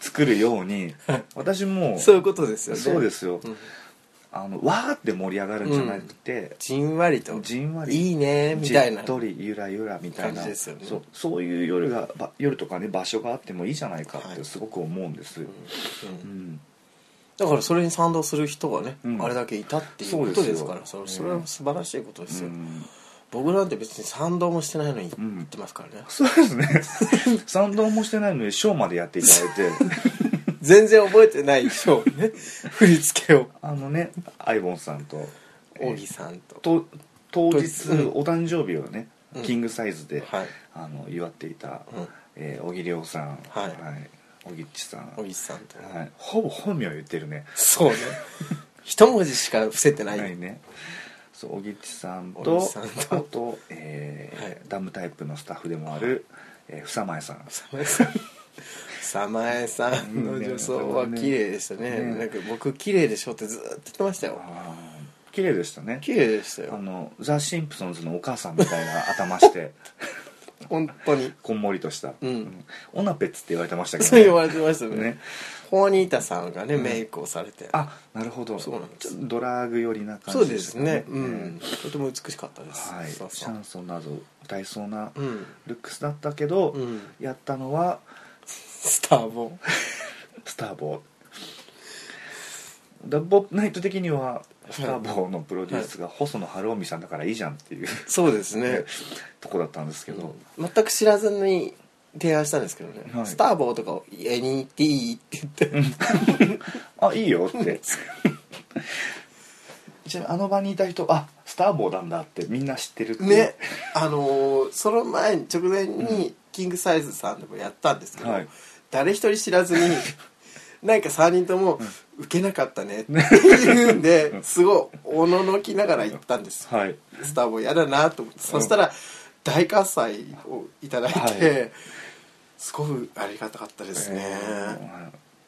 [SPEAKER 2] 作るように私も
[SPEAKER 1] そういうことですよね
[SPEAKER 2] そうですよ
[SPEAKER 1] うん
[SPEAKER 2] あのわーって盛り上がるんじゃなくて、
[SPEAKER 1] じんわりと
[SPEAKER 2] じんわり
[SPEAKER 1] いいねみたいな
[SPEAKER 2] じっとりゆらゆらみたいな
[SPEAKER 1] 感じですよね
[SPEAKER 2] そうそういう夜がば夜とかね場所があってもいいじゃないかっ
[SPEAKER 1] は
[SPEAKER 2] て
[SPEAKER 1] い
[SPEAKER 2] すごく思うんです、
[SPEAKER 1] うん
[SPEAKER 2] うん
[SPEAKER 1] だからそれに賛同する人がね、
[SPEAKER 2] うん
[SPEAKER 1] あれだけいたっていう
[SPEAKER 2] そ
[SPEAKER 1] こ
[SPEAKER 2] うです
[SPEAKER 1] と
[SPEAKER 2] よ
[SPEAKER 1] ですからそれそれ
[SPEAKER 2] う
[SPEAKER 1] は
[SPEAKER 2] ん
[SPEAKER 1] 素晴らしいことです
[SPEAKER 2] う
[SPEAKER 1] よ、
[SPEAKER 2] ん
[SPEAKER 1] 僕なんて別に賛同もしてないのに
[SPEAKER 2] ん
[SPEAKER 1] 言ってますからね、
[SPEAKER 2] そうですね 賛同もしてないのにショーまでやっていただいて
[SPEAKER 1] 全然覚えてないショ ーね振り付けを
[SPEAKER 2] あのねアイボンさんと
[SPEAKER 1] 小木さんと、
[SPEAKER 2] と当
[SPEAKER 1] 当
[SPEAKER 2] 日
[SPEAKER 1] 日うん
[SPEAKER 2] お誕生日をね、
[SPEAKER 1] うん
[SPEAKER 2] キングサイズで、
[SPEAKER 1] はい
[SPEAKER 2] あの祝っていた、
[SPEAKER 1] うん
[SPEAKER 2] えー小木亮さん
[SPEAKER 1] はい
[SPEAKER 2] 小木っちさん、
[SPEAKER 1] 小木さんと、
[SPEAKER 2] はい、ほぼ本名言ってるね
[SPEAKER 1] そうね一文字しか伏せてない、
[SPEAKER 2] ないねそう小木っちさん
[SPEAKER 1] 小
[SPEAKER 2] と
[SPEAKER 1] 木さんと
[SPEAKER 2] あと、えー
[SPEAKER 1] はい
[SPEAKER 2] ダムタイプのスタッフでもある、えー、房前さん
[SPEAKER 1] さまえさんさまえさんの女装は綺麗でしたね
[SPEAKER 2] ね
[SPEAKER 1] なんか僕綺麗でしょってずーっと言ってましたよ
[SPEAKER 2] あー綺麗でしたね
[SPEAKER 1] 綺麗でした
[SPEAKER 2] あ
[SPEAKER 1] よ
[SPEAKER 2] のザ・シンプソンズのお母さんみたいな頭して
[SPEAKER 1] 本当に
[SPEAKER 2] こんもりとした、
[SPEAKER 1] うん
[SPEAKER 2] オナペッツって言われてましたけど
[SPEAKER 1] そう言われてましたね
[SPEAKER 2] ね
[SPEAKER 1] ホーニータさんがね、メイクをされて
[SPEAKER 2] あなるほど
[SPEAKER 1] そうなんです
[SPEAKER 2] ちょっとドラッグ寄りな
[SPEAKER 1] そ
[SPEAKER 2] 感
[SPEAKER 1] う
[SPEAKER 2] じ
[SPEAKER 1] です
[SPEAKER 2] た
[SPEAKER 1] ねうん、とても美しかったです
[SPEAKER 2] はい、シ
[SPEAKER 1] そうそう
[SPEAKER 2] ャンソンなど歌いそうな
[SPEAKER 1] うん
[SPEAKER 2] ルックスだったけど、
[SPEAKER 1] うん
[SPEAKER 2] やったのは
[SPEAKER 1] スターボ
[SPEAKER 2] スターボーダボナイト的にはスターボーのプロデュースが細野晴臣さんだからいいじゃんっていう、
[SPEAKER 1] そうですね
[SPEAKER 2] とこだったんですけど、
[SPEAKER 1] 全く知らずに提案したんですけどね、
[SPEAKER 2] はい
[SPEAKER 1] スターボーとかを家に行っていいって言って
[SPEAKER 2] あいいよって ちなみにあの場にいた人あスターボーなんだってみんな知ってるっていう
[SPEAKER 1] ねあのーその前に直前にキングサイズさんでもやったんですけど、
[SPEAKER 2] はい
[SPEAKER 1] 誰一人知らず になんか3人とも「受けなかったね」 っていうんですごいおののきながら行ったんですよ、
[SPEAKER 2] はい
[SPEAKER 1] スターも嫌だなと思って、そしたら大喝采をいただいて、
[SPEAKER 2] は
[SPEAKER 1] すごくありがたかったですね、
[SPEAKER 2] え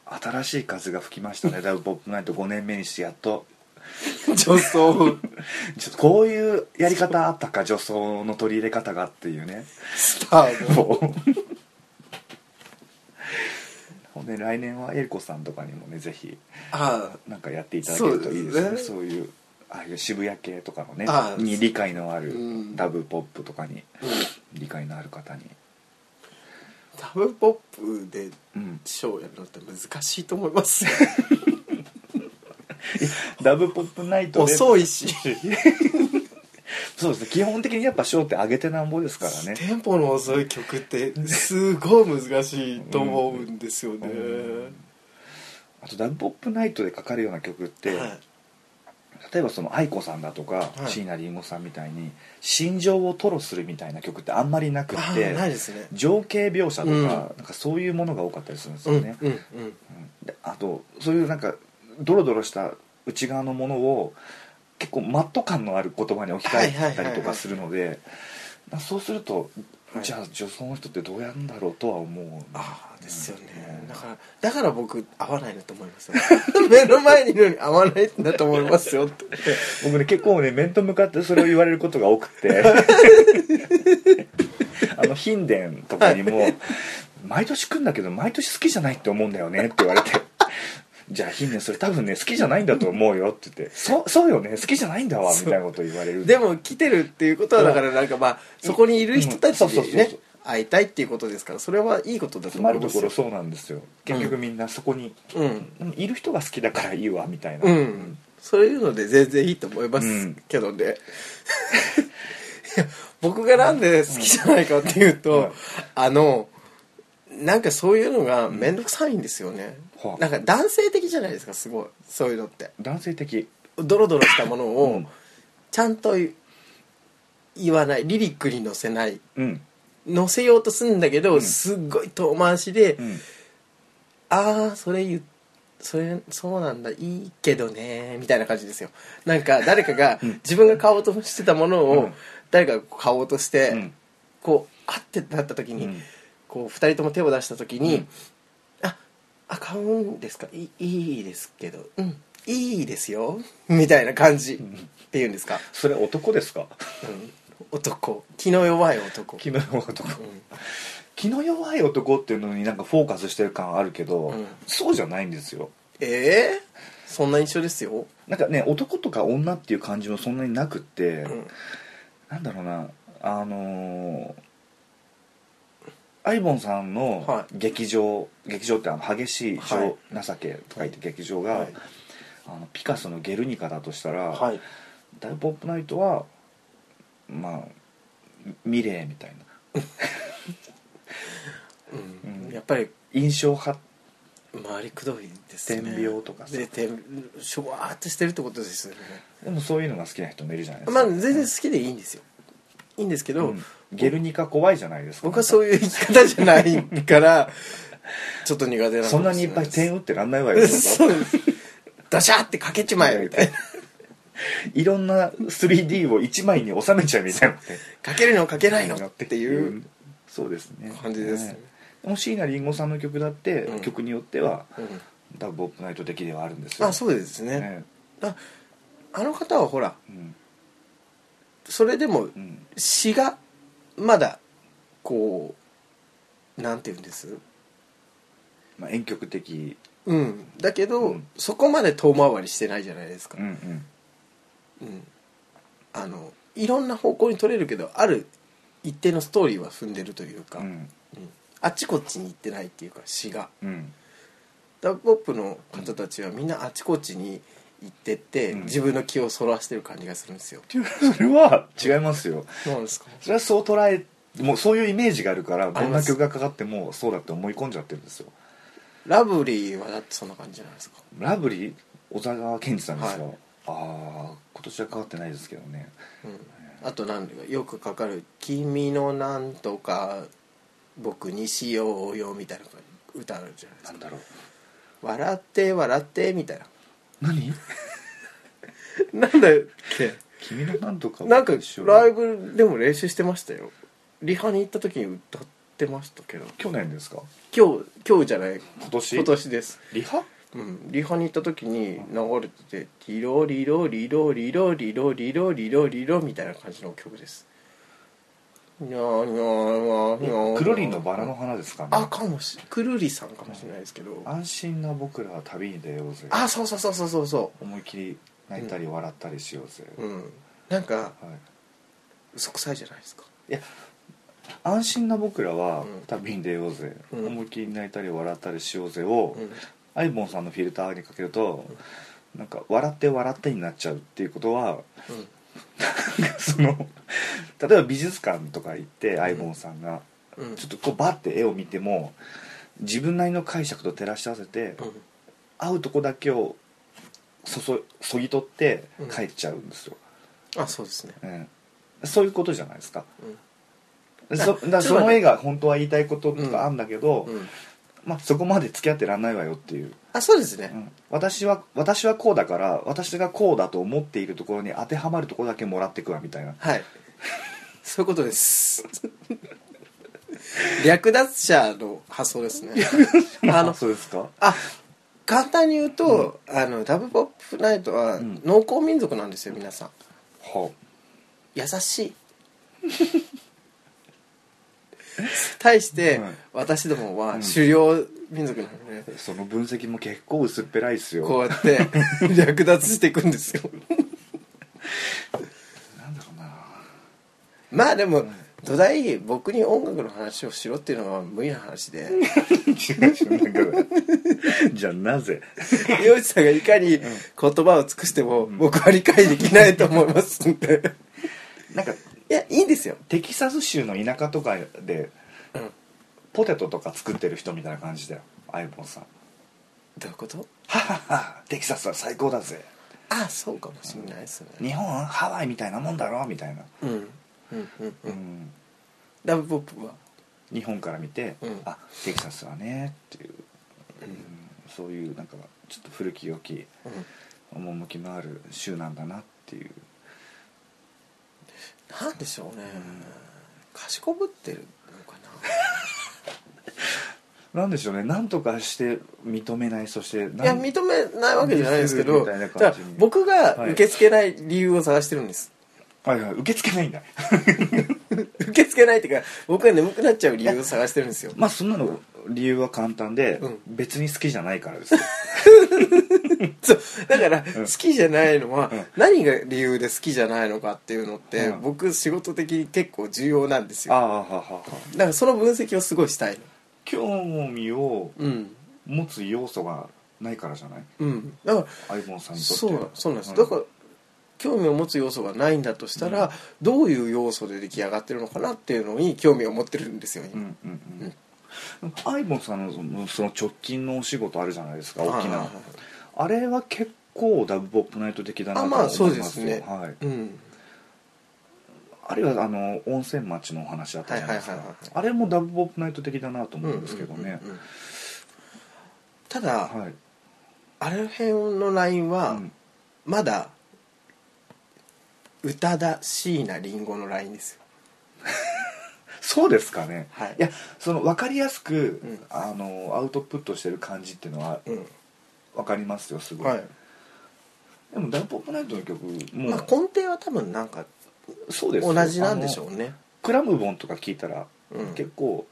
[SPEAKER 2] ー新しい風が吹きましたねだいぶポップナイト5年目にしてやっと
[SPEAKER 1] 女装
[SPEAKER 2] ちょっとこういうやり方あったか女装の取り入れ方がっていうね
[SPEAKER 1] スター も
[SPEAKER 2] もうで来年はエリコさんとかにもねぜひ
[SPEAKER 1] あ
[SPEAKER 2] なんかやっていただけるといいですね
[SPEAKER 1] そ
[SPEAKER 2] そうう
[SPEAKER 1] ですね
[SPEAKER 2] いうああいう渋谷系とかのね
[SPEAKER 1] ああ
[SPEAKER 2] に理解のある
[SPEAKER 1] うん
[SPEAKER 2] ダブポップとかに、
[SPEAKER 1] あ、うん
[SPEAKER 2] 理解のある方に、
[SPEAKER 1] ダブポップで
[SPEAKER 2] うん、
[SPEAKER 1] ショーやるのって難しいと思い ます
[SPEAKER 2] ダブポップナイトで
[SPEAKER 1] 遅いし
[SPEAKER 2] そうですね基本的にやっぱショーって上げてなんぼですからね
[SPEAKER 1] テンポの遅い曲ってすごい難しいと思うんですよね、
[SPEAKER 2] うんあとダブポップナイトでかかるような曲って、
[SPEAKER 1] はい
[SPEAKER 2] 例えばその愛子さんだとか
[SPEAKER 1] はい
[SPEAKER 2] 椎名林檎さんみたいに心情を吐露するみたいな曲ってあんまりなく
[SPEAKER 1] あ
[SPEAKER 2] っ
[SPEAKER 1] ーない
[SPEAKER 2] て
[SPEAKER 1] ですね
[SPEAKER 2] 情景描写とか,、
[SPEAKER 1] うん
[SPEAKER 2] なんかそういうものが多かったりするんです
[SPEAKER 1] うん
[SPEAKER 2] よ
[SPEAKER 1] うん
[SPEAKER 2] ね、
[SPEAKER 1] うん
[SPEAKER 2] うんであとそういうなんかドロドロした内側のものを結構マット感のある言葉に置き換えたりとかするのでまあそうすると、
[SPEAKER 1] はい
[SPEAKER 2] じゃあ女装の人ってどうやるんだろうとは思う
[SPEAKER 1] ああですよね
[SPEAKER 2] うん
[SPEAKER 1] だからだから僕合わないなと思いますよ 目の前にいるのに合わないんだと思いますよって
[SPEAKER 2] 僕ね結構ね面と向かってそれを言われることが多く てあのヒンデンとかにも「毎年来るんだけど毎年好きじゃないって思うんだよね」って言われて「じゃあヒンデンそれ多分ね好きじゃないんだと思うよ」って言って「そうそうよね好きじゃないんだわ」みたいなこと言われる
[SPEAKER 1] でも来てるっていうことはだからなんかまあそこにいる人たち
[SPEAKER 2] うんそうそう
[SPEAKER 1] に
[SPEAKER 2] そう
[SPEAKER 1] ね
[SPEAKER 2] そう
[SPEAKER 1] 会いたいっていうことですからそれはいいことだと
[SPEAKER 2] つ
[SPEAKER 1] 思
[SPEAKER 2] ま
[SPEAKER 1] い
[SPEAKER 2] ると
[SPEAKER 1] ま
[SPEAKER 2] こ
[SPEAKER 1] す
[SPEAKER 2] ろ
[SPEAKER 1] よ
[SPEAKER 2] そうなんですよ結局みんなそこに、
[SPEAKER 1] うん
[SPEAKER 2] でもいる人が好きだからいいわみたい
[SPEAKER 1] う
[SPEAKER 2] な、
[SPEAKER 1] ん、そういうので全然いいと思いま
[SPEAKER 2] う
[SPEAKER 1] す
[SPEAKER 2] ん
[SPEAKER 1] けどね、いや 僕がなんで好きじゃないかっていうと、
[SPEAKER 2] はい
[SPEAKER 1] あのなんかそういうのが面倒くさいんですよね、
[SPEAKER 2] はあ
[SPEAKER 1] なんか男性的じゃないですかすごいそういうのって
[SPEAKER 2] 男性的
[SPEAKER 1] ドロドロしたもの
[SPEAKER 2] う
[SPEAKER 1] を
[SPEAKER 2] ん
[SPEAKER 1] ちゃんと言わないリリックに載せない
[SPEAKER 2] うん
[SPEAKER 1] 載せようとするんだけど、
[SPEAKER 2] うん
[SPEAKER 1] すっごい遠回しで、
[SPEAKER 2] うん
[SPEAKER 1] ああそれ言うそれそうなんだいいけどねみたいな感じですよなんか誰かが自分が買おうとしてたもの
[SPEAKER 2] う
[SPEAKER 1] を
[SPEAKER 2] ん
[SPEAKER 1] 誰かが買おうとして、
[SPEAKER 2] うん
[SPEAKER 1] こうあってなった時に、
[SPEAKER 2] うん
[SPEAKER 1] こう2人とも手を出した時に、
[SPEAKER 2] うん
[SPEAKER 1] ああ買うんですかいいいですけどうんいいですよみたいな感じっていうんですか、
[SPEAKER 2] それ男で すか
[SPEAKER 1] うん、男気の弱い男
[SPEAKER 2] 気の弱い男
[SPEAKER 1] うん
[SPEAKER 2] 気の弱い男っていうのになんかフォーカスしてる感あるけど、
[SPEAKER 1] うん
[SPEAKER 2] そうじゃないんですよ
[SPEAKER 1] ええそんな印象ですよ、
[SPEAKER 2] なんかね男とか女っていう感じもそんなになくって、
[SPEAKER 1] うん、
[SPEAKER 2] なんだろうなあのーアイボンさんの
[SPEAKER 1] はい
[SPEAKER 2] 劇場、劇場ってあの激しい情、
[SPEAKER 1] はい
[SPEAKER 2] 情けとか言って劇場が、
[SPEAKER 1] はい
[SPEAKER 2] あのピカソの「ゲルニカ」だとしたら、
[SPEAKER 1] はい
[SPEAKER 2] ダイブ・ポップ・ナイトはまあミレーみたいな
[SPEAKER 1] うん
[SPEAKER 2] うん
[SPEAKER 1] やっぱり
[SPEAKER 2] 印象派
[SPEAKER 1] 回りくどいですね
[SPEAKER 2] 点描とかさ
[SPEAKER 1] で点しょわーっとしてるってことですよね
[SPEAKER 2] でもそういうのが好きな人もいるじゃないです
[SPEAKER 1] ま
[SPEAKER 2] か、
[SPEAKER 1] あ全然好きでいいんですよいいんですけど、
[SPEAKER 2] うんゲルニカ怖いじゃないですか
[SPEAKER 1] 僕はそういう生き方じゃないからちょっと苦手なのかもしれ
[SPEAKER 2] そんなにいっぱい点打ってらんないわ
[SPEAKER 1] な
[SPEAKER 2] よ
[SPEAKER 1] いそうですダシャーってかけちまえみたいない
[SPEAKER 2] ろんな 3D を1枚に収めちゃうみたいな
[SPEAKER 1] かけるのかけないのっていう
[SPEAKER 2] そうですね
[SPEAKER 1] 感じですね
[SPEAKER 2] えもう椎名林檎さんの曲だって、
[SPEAKER 1] うん
[SPEAKER 2] 曲によっては
[SPEAKER 1] うん
[SPEAKER 2] ダブ・オブ・ナイト的ではあるんですよ
[SPEAKER 1] あそうですね
[SPEAKER 2] ね
[SPEAKER 1] ああの方はほら
[SPEAKER 2] うん
[SPEAKER 1] それでも
[SPEAKER 2] うん
[SPEAKER 1] 詩がまだこうなんて言うんです
[SPEAKER 2] まあ、遠曲的
[SPEAKER 1] うん、だけど、
[SPEAKER 2] うん
[SPEAKER 1] そこまで遠回りしてないじゃないですか
[SPEAKER 2] う、んうん
[SPEAKER 1] うんあのいろんな方向に取れるけどある一定のストーリーは踏んでるというか、
[SPEAKER 2] うん
[SPEAKER 1] うんあっちこっちに行ってないっていうか詩が
[SPEAKER 2] うん
[SPEAKER 1] ダブポップの方たちはみんなあっちこっちに行ってって、
[SPEAKER 2] うん
[SPEAKER 1] 自分の気をそらしてる感じがするんですよ、
[SPEAKER 2] それは違いますよ
[SPEAKER 1] そうなんですか
[SPEAKER 2] それはそう捉えもうそういうイメージがあるからど
[SPEAKER 1] あり
[SPEAKER 2] ん
[SPEAKER 1] ま
[SPEAKER 2] な
[SPEAKER 1] す
[SPEAKER 2] 曲がかかってもそうだって思い込んじゃってるんですよ
[SPEAKER 1] ラブリーはだってそんな感じじゃないですか
[SPEAKER 2] ラブリー小沢健二さんですよ、
[SPEAKER 1] はい
[SPEAKER 2] ああ今年はかかってないですけどね
[SPEAKER 1] うん、あと何だかよくかかる「君のなんとか僕にしようよ」みたいな歌あるじゃないです
[SPEAKER 2] な
[SPEAKER 1] か
[SPEAKER 2] んだろう
[SPEAKER 1] 「笑って笑って」みたいな
[SPEAKER 2] 何
[SPEAKER 1] なんだっけ
[SPEAKER 2] 君のなんとか
[SPEAKER 1] なんか
[SPEAKER 2] 一緒
[SPEAKER 1] ライブでも練習してましたよリハに行った時に歌ってましたけど
[SPEAKER 2] 去年ですか
[SPEAKER 1] 今日今日じゃない
[SPEAKER 2] 今年
[SPEAKER 1] 今年です
[SPEAKER 2] リハ
[SPEAKER 1] うん、リハに行った時に流れてて「リロリロリロリロリロリロリロリロ」みたいな感じの曲ですにゃーにゃーにゃーにゃー
[SPEAKER 2] クロリンのバラの花ですかね
[SPEAKER 1] あかもしくるりさんかもしれないですけどあ
[SPEAKER 2] 安心な僕らは旅に出ようぜ
[SPEAKER 1] そうそうそうそうそうそ
[SPEAKER 2] 思い切り泣いたり笑ったりしようぜ、
[SPEAKER 1] ううんなんか
[SPEAKER 2] はい、
[SPEAKER 1] 嘘くさいじゃないですか
[SPEAKER 2] 安心な僕ら
[SPEAKER 1] う
[SPEAKER 2] は
[SPEAKER 1] ん
[SPEAKER 2] 旅に出ようぜ、
[SPEAKER 1] うん
[SPEAKER 2] 思い切り泣いたり笑ったりしようぜを、
[SPEAKER 1] うん
[SPEAKER 2] アイボンさんのフィルターにかけると、なんか笑って笑ってになっちゃうっていうことは
[SPEAKER 1] うん
[SPEAKER 2] その例えば美術館とか行ってアイボンさんが、
[SPEAKER 1] うん
[SPEAKER 2] ちょっとこうバッて絵を見ても自分なりの解釈と照らし合わせて、
[SPEAKER 1] うん
[SPEAKER 2] 合うとこだけをそそそぎ取って
[SPEAKER 1] うん
[SPEAKER 2] 帰っちゃうんですよ、
[SPEAKER 1] あそうですね
[SPEAKER 2] うんそういうことじゃないですか
[SPEAKER 1] うん
[SPEAKER 2] そだからその絵が本当は言いたいこととかあるんだけど、
[SPEAKER 1] うん
[SPEAKER 2] まあ、そこまで付き合ってらんないわよっていう、
[SPEAKER 1] あそうです
[SPEAKER 2] う
[SPEAKER 1] ね
[SPEAKER 2] ん私は私はこうだから私がこうだと思っているところに当てはまるところだけもらってくわみたいな
[SPEAKER 1] はいそういうことです略奪者の発想ですねあの
[SPEAKER 2] そうですか
[SPEAKER 1] あ簡単に言うと、あのダブポップナイトは
[SPEAKER 2] うん
[SPEAKER 1] 農耕民族なんですよ皆さん
[SPEAKER 2] は
[SPEAKER 1] 優しい対して、
[SPEAKER 2] はい
[SPEAKER 1] 私ども
[SPEAKER 2] う
[SPEAKER 1] は
[SPEAKER 2] ん
[SPEAKER 1] 狩猟民族なので、
[SPEAKER 2] あその分析も結構薄っぺらいですよ
[SPEAKER 1] こうやって 略奪していくんですよ
[SPEAKER 2] なんだろうな
[SPEAKER 1] まあでも土台僕に音楽の話をしろっていうのは無理な話で
[SPEAKER 2] 違う違うなんかじゃあなぜ
[SPEAKER 1] 洋一さんがいかに言葉を尽くしても僕は理解できないと思いますんで
[SPEAKER 2] なんか
[SPEAKER 1] いやいいんですよ
[SPEAKER 2] テキサス州の田舎とかで、
[SPEAKER 1] うん
[SPEAKER 2] ポテトとか作ってる人みたいな感じだよアイボンさん
[SPEAKER 1] どういうこと
[SPEAKER 2] はははテキサスは最高だぜ
[SPEAKER 1] あそうかもしれないですね
[SPEAKER 2] 日本ハワイみたいなもんだろみたいな、
[SPEAKER 1] うんうんうんう
[SPEAKER 2] うんん、
[SPEAKER 1] ラブポップは
[SPEAKER 2] 日本から見て、
[SPEAKER 1] うん
[SPEAKER 2] あテキサスはねっていう、うんそういうなんかちょっと古き良き
[SPEAKER 1] うん
[SPEAKER 2] 趣のある州なんだなっていう
[SPEAKER 1] なんでしょうねかしこぶってるのか
[SPEAKER 2] なんでしょうねなんとかして認めないそして
[SPEAKER 1] ないや
[SPEAKER 2] なん
[SPEAKER 1] 認めないわけじゃないですけ
[SPEAKER 2] み
[SPEAKER 1] ど
[SPEAKER 2] たいな
[SPEAKER 1] だ
[SPEAKER 2] 感じ
[SPEAKER 1] から僕が受け付けない理由を探してるんです、
[SPEAKER 2] はいはい受け付けないんだ
[SPEAKER 1] 受け付けないっていうか僕が眠くなっちゃう理由を探してるんですよ
[SPEAKER 2] まあそんなの理由は簡単で、
[SPEAKER 1] うん
[SPEAKER 2] 別に好きじゃないから ですよ
[SPEAKER 1] そうだから
[SPEAKER 2] ん
[SPEAKER 1] 好きじゃないのは
[SPEAKER 2] うん
[SPEAKER 1] 何が理由で好きじゃないのかっていうのって
[SPEAKER 2] うん
[SPEAKER 1] 僕仕事的に結構重要なんです
[SPEAKER 2] あ
[SPEAKER 1] よ
[SPEAKER 2] あははは
[SPEAKER 1] だからその分析をすごいしたいの
[SPEAKER 2] 興味を
[SPEAKER 1] うん
[SPEAKER 2] 持つ要素がないからじゃない
[SPEAKER 1] うんだから
[SPEAKER 2] アイボンさんにとって
[SPEAKER 1] そうな
[SPEAKER 2] は
[SPEAKER 1] そうなんです、だから興味を持つ要素がないんだとしたら、どういう要素で出来上がってるのかなっていうのに興味を持ってるんですよ、
[SPEAKER 2] う
[SPEAKER 1] 今
[SPEAKER 2] んうんうんアイボンさんのそのその直近のお仕事あるじゃないですか大き
[SPEAKER 1] はい
[SPEAKER 2] な
[SPEAKER 1] はいはい
[SPEAKER 2] あれは結構ダブポップナイト的だなと
[SPEAKER 1] あ
[SPEAKER 2] 思
[SPEAKER 1] ま
[SPEAKER 2] い
[SPEAKER 1] あ
[SPEAKER 2] ますよ
[SPEAKER 1] そうですね、
[SPEAKER 2] はい、
[SPEAKER 1] うん
[SPEAKER 2] あるいはあの温泉町のお話あったじゃないですか、
[SPEAKER 1] はいはいはいはい
[SPEAKER 2] あれもダブポップナイト的だなと思うんですけどね、
[SPEAKER 1] うんうんうんうんただ、
[SPEAKER 2] はい、
[SPEAKER 1] あれ辺のラインは、
[SPEAKER 2] うん
[SPEAKER 1] まだ宇多田椎名林檎のラインですよ
[SPEAKER 2] そうですかね、
[SPEAKER 1] はい
[SPEAKER 2] やその分かりやすく、
[SPEAKER 1] うん
[SPEAKER 2] あのアウトプットしてる感じっていうのは
[SPEAKER 1] うん
[SPEAKER 2] 分かりますよすごい、
[SPEAKER 1] はい、
[SPEAKER 2] でもダブポップナイトの曲も、
[SPEAKER 1] まあ根底は多分なんか
[SPEAKER 2] そうですよ
[SPEAKER 1] 同じなんでしょうね
[SPEAKER 2] クラムボンとか聞いたら、
[SPEAKER 1] うん
[SPEAKER 2] 結構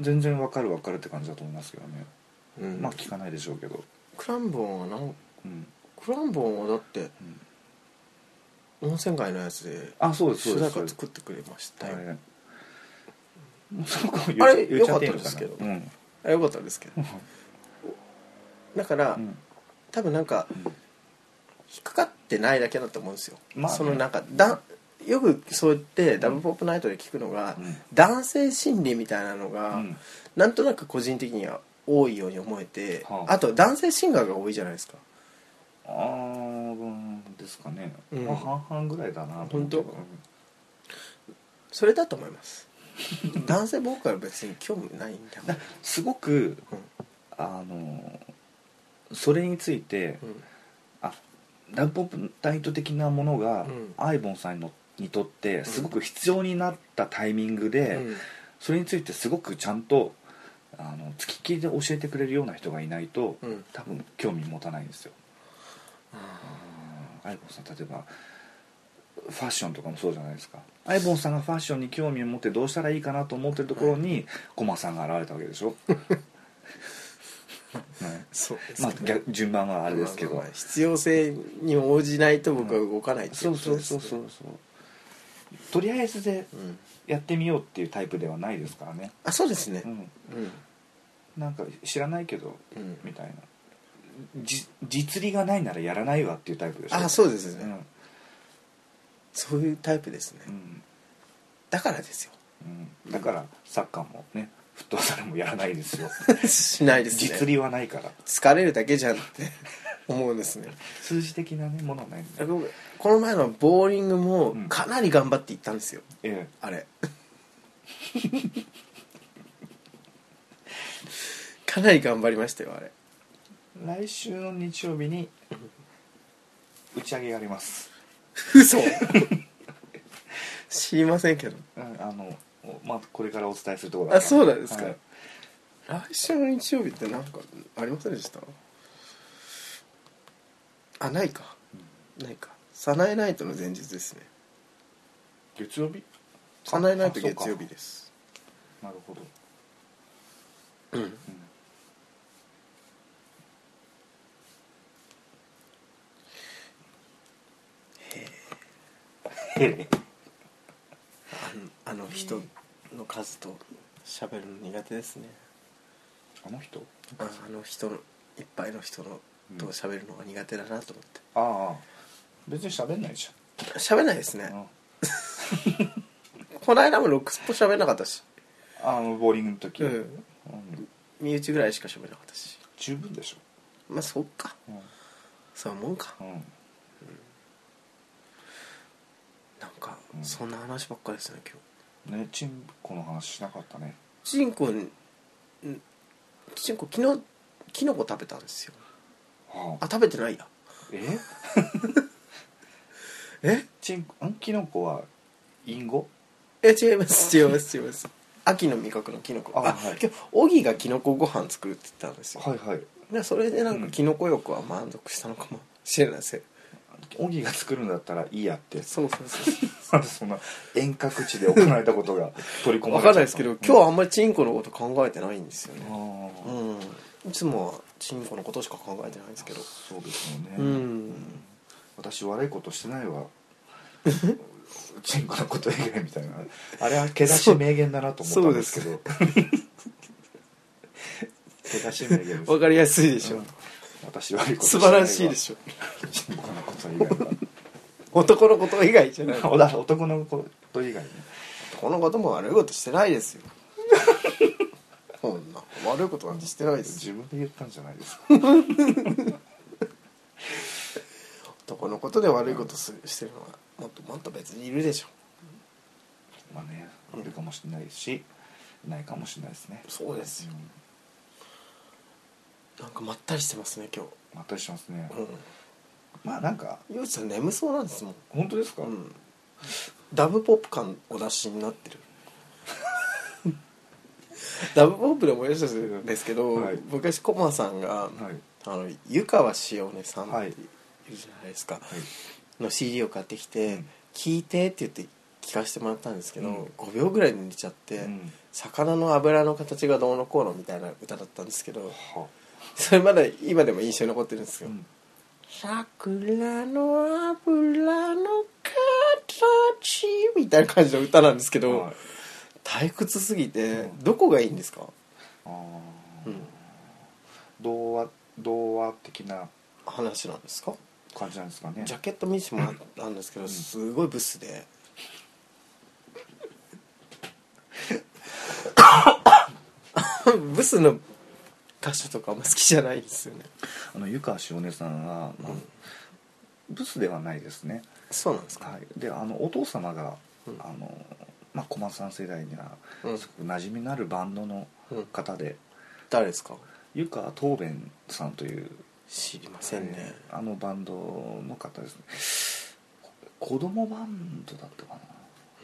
[SPEAKER 2] 全然わかるわかるって感じだと思いますけどね、
[SPEAKER 1] うん
[SPEAKER 2] まあ聞かないでしょうけど、
[SPEAKER 1] クランボンはなん
[SPEAKER 2] うん
[SPEAKER 1] クランボンはだって
[SPEAKER 2] うん
[SPEAKER 1] 温泉街のやつで
[SPEAKER 2] あそうです
[SPEAKER 1] 主
[SPEAKER 2] そうで
[SPEAKER 1] 題
[SPEAKER 2] すそ
[SPEAKER 1] 歌
[SPEAKER 2] うです
[SPEAKER 1] 作ってくれましたよ、
[SPEAKER 2] はいもうそこ言っ
[SPEAKER 1] あれ
[SPEAKER 2] 言っちゃっていいの
[SPEAKER 1] 良かったですけど
[SPEAKER 2] かなうん
[SPEAKER 1] あよかったですけ どだから、
[SPEAKER 2] うん
[SPEAKER 1] 多分なんか引っかかってないだけだと思うんですよ、
[SPEAKER 2] まあね
[SPEAKER 1] そのなんかだよくそうやってダブポップナイトで聞くのが、
[SPEAKER 2] うん
[SPEAKER 1] 男性心理みたいなのが、
[SPEAKER 2] うん
[SPEAKER 1] なんとなく個人的には多いように思えて、
[SPEAKER 2] はあ
[SPEAKER 1] あと男性シンガーが多いじゃないですか
[SPEAKER 2] あーうんですかね、
[SPEAKER 1] うん
[SPEAKER 2] まあ半々ぐらいだなと思うけど
[SPEAKER 1] 本それだと思います 男性ボーカル別に興味ないんだもん、
[SPEAKER 2] すごくあのそれについて、
[SPEAKER 1] うん
[SPEAKER 2] あラブポップナイト的なものが、
[SPEAKER 1] うん
[SPEAKER 2] アイボンさんのにとってすごく必要になったタイミングで、
[SPEAKER 1] うん
[SPEAKER 2] それについてすごくちゃんとあの付きっきりで教えてくれるような人がいないと、
[SPEAKER 1] うん
[SPEAKER 2] 多分興味持たないんですよ
[SPEAKER 1] あ
[SPEAKER 2] アイボンさん例えばファッションとかもそうじゃないですかアイボンさんがファッションに興味を持ってどうしたらいいかなと思ってるところにコマさんが現れたわけでしょ、ね
[SPEAKER 1] ーそうです
[SPEAKER 2] ま
[SPEAKER 1] ね
[SPEAKER 2] あ逆順番はあれですけど、
[SPEAKER 1] まあまあ必要性に応じないと僕は動かないってい
[SPEAKER 2] そうう
[SPEAKER 1] こ
[SPEAKER 2] そ
[SPEAKER 1] と
[SPEAKER 2] う
[SPEAKER 1] です
[SPEAKER 2] そ
[SPEAKER 1] ね
[SPEAKER 2] うそうそうとりあえずで
[SPEAKER 1] うん
[SPEAKER 2] やってみようっていうタイプではないですからね、
[SPEAKER 1] あそうですね
[SPEAKER 2] うん、
[SPEAKER 1] うん
[SPEAKER 2] なんか知らないけど
[SPEAKER 1] うん
[SPEAKER 2] みたいなじ実利がないならやらないわっていうタイプでしょ
[SPEAKER 1] あそうですね、
[SPEAKER 2] うん
[SPEAKER 1] そういうタイプですね、
[SPEAKER 2] うん
[SPEAKER 1] だからですよ
[SPEAKER 2] うん、だからサッカーもねフットサルもやらないですよ
[SPEAKER 1] しないですね
[SPEAKER 2] 実利はないから
[SPEAKER 1] 疲れるだけじゃんって思うんですね
[SPEAKER 2] 数字的な、ね、ものはないんだよ、
[SPEAKER 1] 僕この前のボーリングも
[SPEAKER 2] うん
[SPEAKER 1] かなり頑張っていったんですよ、
[SPEAKER 2] え
[SPEAKER 1] あれ かなり頑張りましたよあれ
[SPEAKER 2] え、来週の日曜日に打ち上げがあります、
[SPEAKER 1] 嘘知りませんけど
[SPEAKER 2] うん、あの、まあ、これからお伝えするところだ
[SPEAKER 1] あ
[SPEAKER 2] った
[SPEAKER 1] そうなんですか、
[SPEAKER 2] はい
[SPEAKER 1] 来週の日曜日ってなんかありませんでしたあないか、ないかサナエナイトの前日ですね
[SPEAKER 2] 月曜日
[SPEAKER 1] サナエナイト
[SPEAKER 2] あそうか
[SPEAKER 1] 月曜日です
[SPEAKER 2] なるほど
[SPEAKER 1] うん
[SPEAKER 2] へえ
[SPEAKER 1] あの人の数と喋るの苦手ですね
[SPEAKER 2] あの人
[SPEAKER 1] ああの人のいっぱいの人のと喋るのが苦手だなと思って
[SPEAKER 2] ああ別に喋んないじ
[SPEAKER 1] 喋んないです
[SPEAKER 2] ゃ
[SPEAKER 1] ね
[SPEAKER 2] ん、うん
[SPEAKER 1] この間もロックスポ喋んなかったし
[SPEAKER 2] あのボーリングの時、
[SPEAKER 1] うん
[SPEAKER 2] うん
[SPEAKER 1] 身内ぐらいしか喋んなかったし
[SPEAKER 2] 十分でし
[SPEAKER 1] まあそっか
[SPEAKER 2] ょ、
[SPEAKER 1] そういうもんか
[SPEAKER 2] うんうん
[SPEAKER 1] なんか
[SPEAKER 2] うん
[SPEAKER 1] そんな話ばっかりですね今日
[SPEAKER 2] ねチンコの話しなかったね
[SPEAKER 1] チンコんチンコ昨日キノコ食べたんですよ
[SPEAKER 2] は
[SPEAKER 1] あ食べてないや
[SPEAKER 2] え
[SPEAKER 1] え
[SPEAKER 2] チンコんキノコはインゴ
[SPEAKER 1] え違います違います違います秋の味覚のキノコあ
[SPEAKER 2] あはい
[SPEAKER 1] 今日オギがキノコご飯作るって言ったんですよ、
[SPEAKER 2] はいはい
[SPEAKER 1] でそれでなん
[SPEAKER 2] う
[SPEAKER 1] か
[SPEAKER 2] ん
[SPEAKER 1] キノコ欲は満足したのかもしれないですよ
[SPEAKER 2] オギが作るんだったらいいやって
[SPEAKER 1] そうそうそう
[SPEAKER 2] なんで そんな遠隔地で行われたこと が取り込ま
[SPEAKER 1] 分か
[SPEAKER 2] れちゃった
[SPEAKER 1] んないですけど今日はあんまりチンコのこと考えてないんですよね
[SPEAKER 2] ああ
[SPEAKER 1] うんいつもはチンコのことしか考えてないんですけど
[SPEAKER 2] そうですよね
[SPEAKER 1] うん
[SPEAKER 2] 私悪いことしてない わチンコのこと以外みたいなあれはけだし名言だなと思ったんですけどけだし名言です
[SPEAKER 1] 分かりやすいでしょ、
[SPEAKER 2] うん私悪いこと
[SPEAKER 1] 素晴らしいで
[SPEAKER 2] ょ
[SPEAKER 1] しょ
[SPEAKER 2] チンコのこと以外は
[SPEAKER 1] 男のこと以外じゃ ない
[SPEAKER 2] おだ男のこと以外ね
[SPEAKER 1] このことも悪いことしてないですよこんな悪いことなんてしてないですよ
[SPEAKER 2] 自分で言ったんじゃない ですか
[SPEAKER 1] 男のことで悪いことすしてるのはもっともっと別にいるでしょ
[SPEAKER 2] まあねいるかもしれないしいないかもしれないですね
[SPEAKER 1] そうですよ
[SPEAKER 2] ん
[SPEAKER 1] なんかまったりしてますね今
[SPEAKER 2] まったりしますね
[SPEAKER 1] 日うん
[SPEAKER 2] まあなんか
[SPEAKER 1] ゆうじさん眠そうなんですもん
[SPEAKER 2] 本当ですか、
[SPEAKER 1] うんダブポップ感お出しになってる ダブポップで思い出したんですけど、
[SPEAKER 2] はい
[SPEAKER 1] 昔コマさんが、
[SPEAKER 2] はい
[SPEAKER 1] あの湯川しおねさんって
[SPEAKER 2] はい
[SPEAKER 1] いるじゃないですか、
[SPEAKER 2] はい
[SPEAKER 1] の CD を買ってき
[SPEAKER 2] う
[SPEAKER 1] て
[SPEAKER 2] ん
[SPEAKER 1] 「聞いて」って言って聞かせてもらったんですけど、
[SPEAKER 2] うん
[SPEAKER 1] 5秒ぐらいで寝ちゃって、
[SPEAKER 2] うん
[SPEAKER 1] 魚の油の形がどうのこうのみたいな歌だったんですけど
[SPEAKER 2] は
[SPEAKER 1] それまだ今でも印象に残ってるんです
[SPEAKER 2] う
[SPEAKER 1] よ、
[SPEAKER 2] ん
[SPEAKER 1] 桜の油の形みたいな感じの歌なんですけど、
[SPEAKER 2] はい
[SPEAKER 1] 退屈すぎて、
[SPEAKER 2] うん
[SPEAKER 1] どこがいいんですか、
[SPEAKER 2] あー
[SPEAKER 1] うん、
[SPEAKER 2] 童話童話的な
[SPEAKER 1] 話なんですか
[SPEAKER 2] 感じなんですかね
[SPEAKER 1] ジャケット見せてもらったんですけど、すごいブスでブスの歌手とかあんま好きじゃないですよね
[SPEAKER 2] あの湯川潮音さんは、まあブスではないですね、
[SPEAKER 1] そうなんですか、
[SPEAKER 2] はい、であのお父様が、
[SPEAKER 1] うん
[SPEAKER 2] あのまあ、小松さん世代には
[SPEAKER 1] うん
[SPEAKER 2] すごく馴染みのあるバンドの
[SPEAKER 1] うん
[SPEAKER 2] 方で、
[SPEAKER 1] 誰ですか
[SPEAKER 2] 湯川東弁さんという、
[SPEAKER 1] 知りませんね、
[SPEAKER 2] えーあのバンドの方ですねこ子供バンドだったか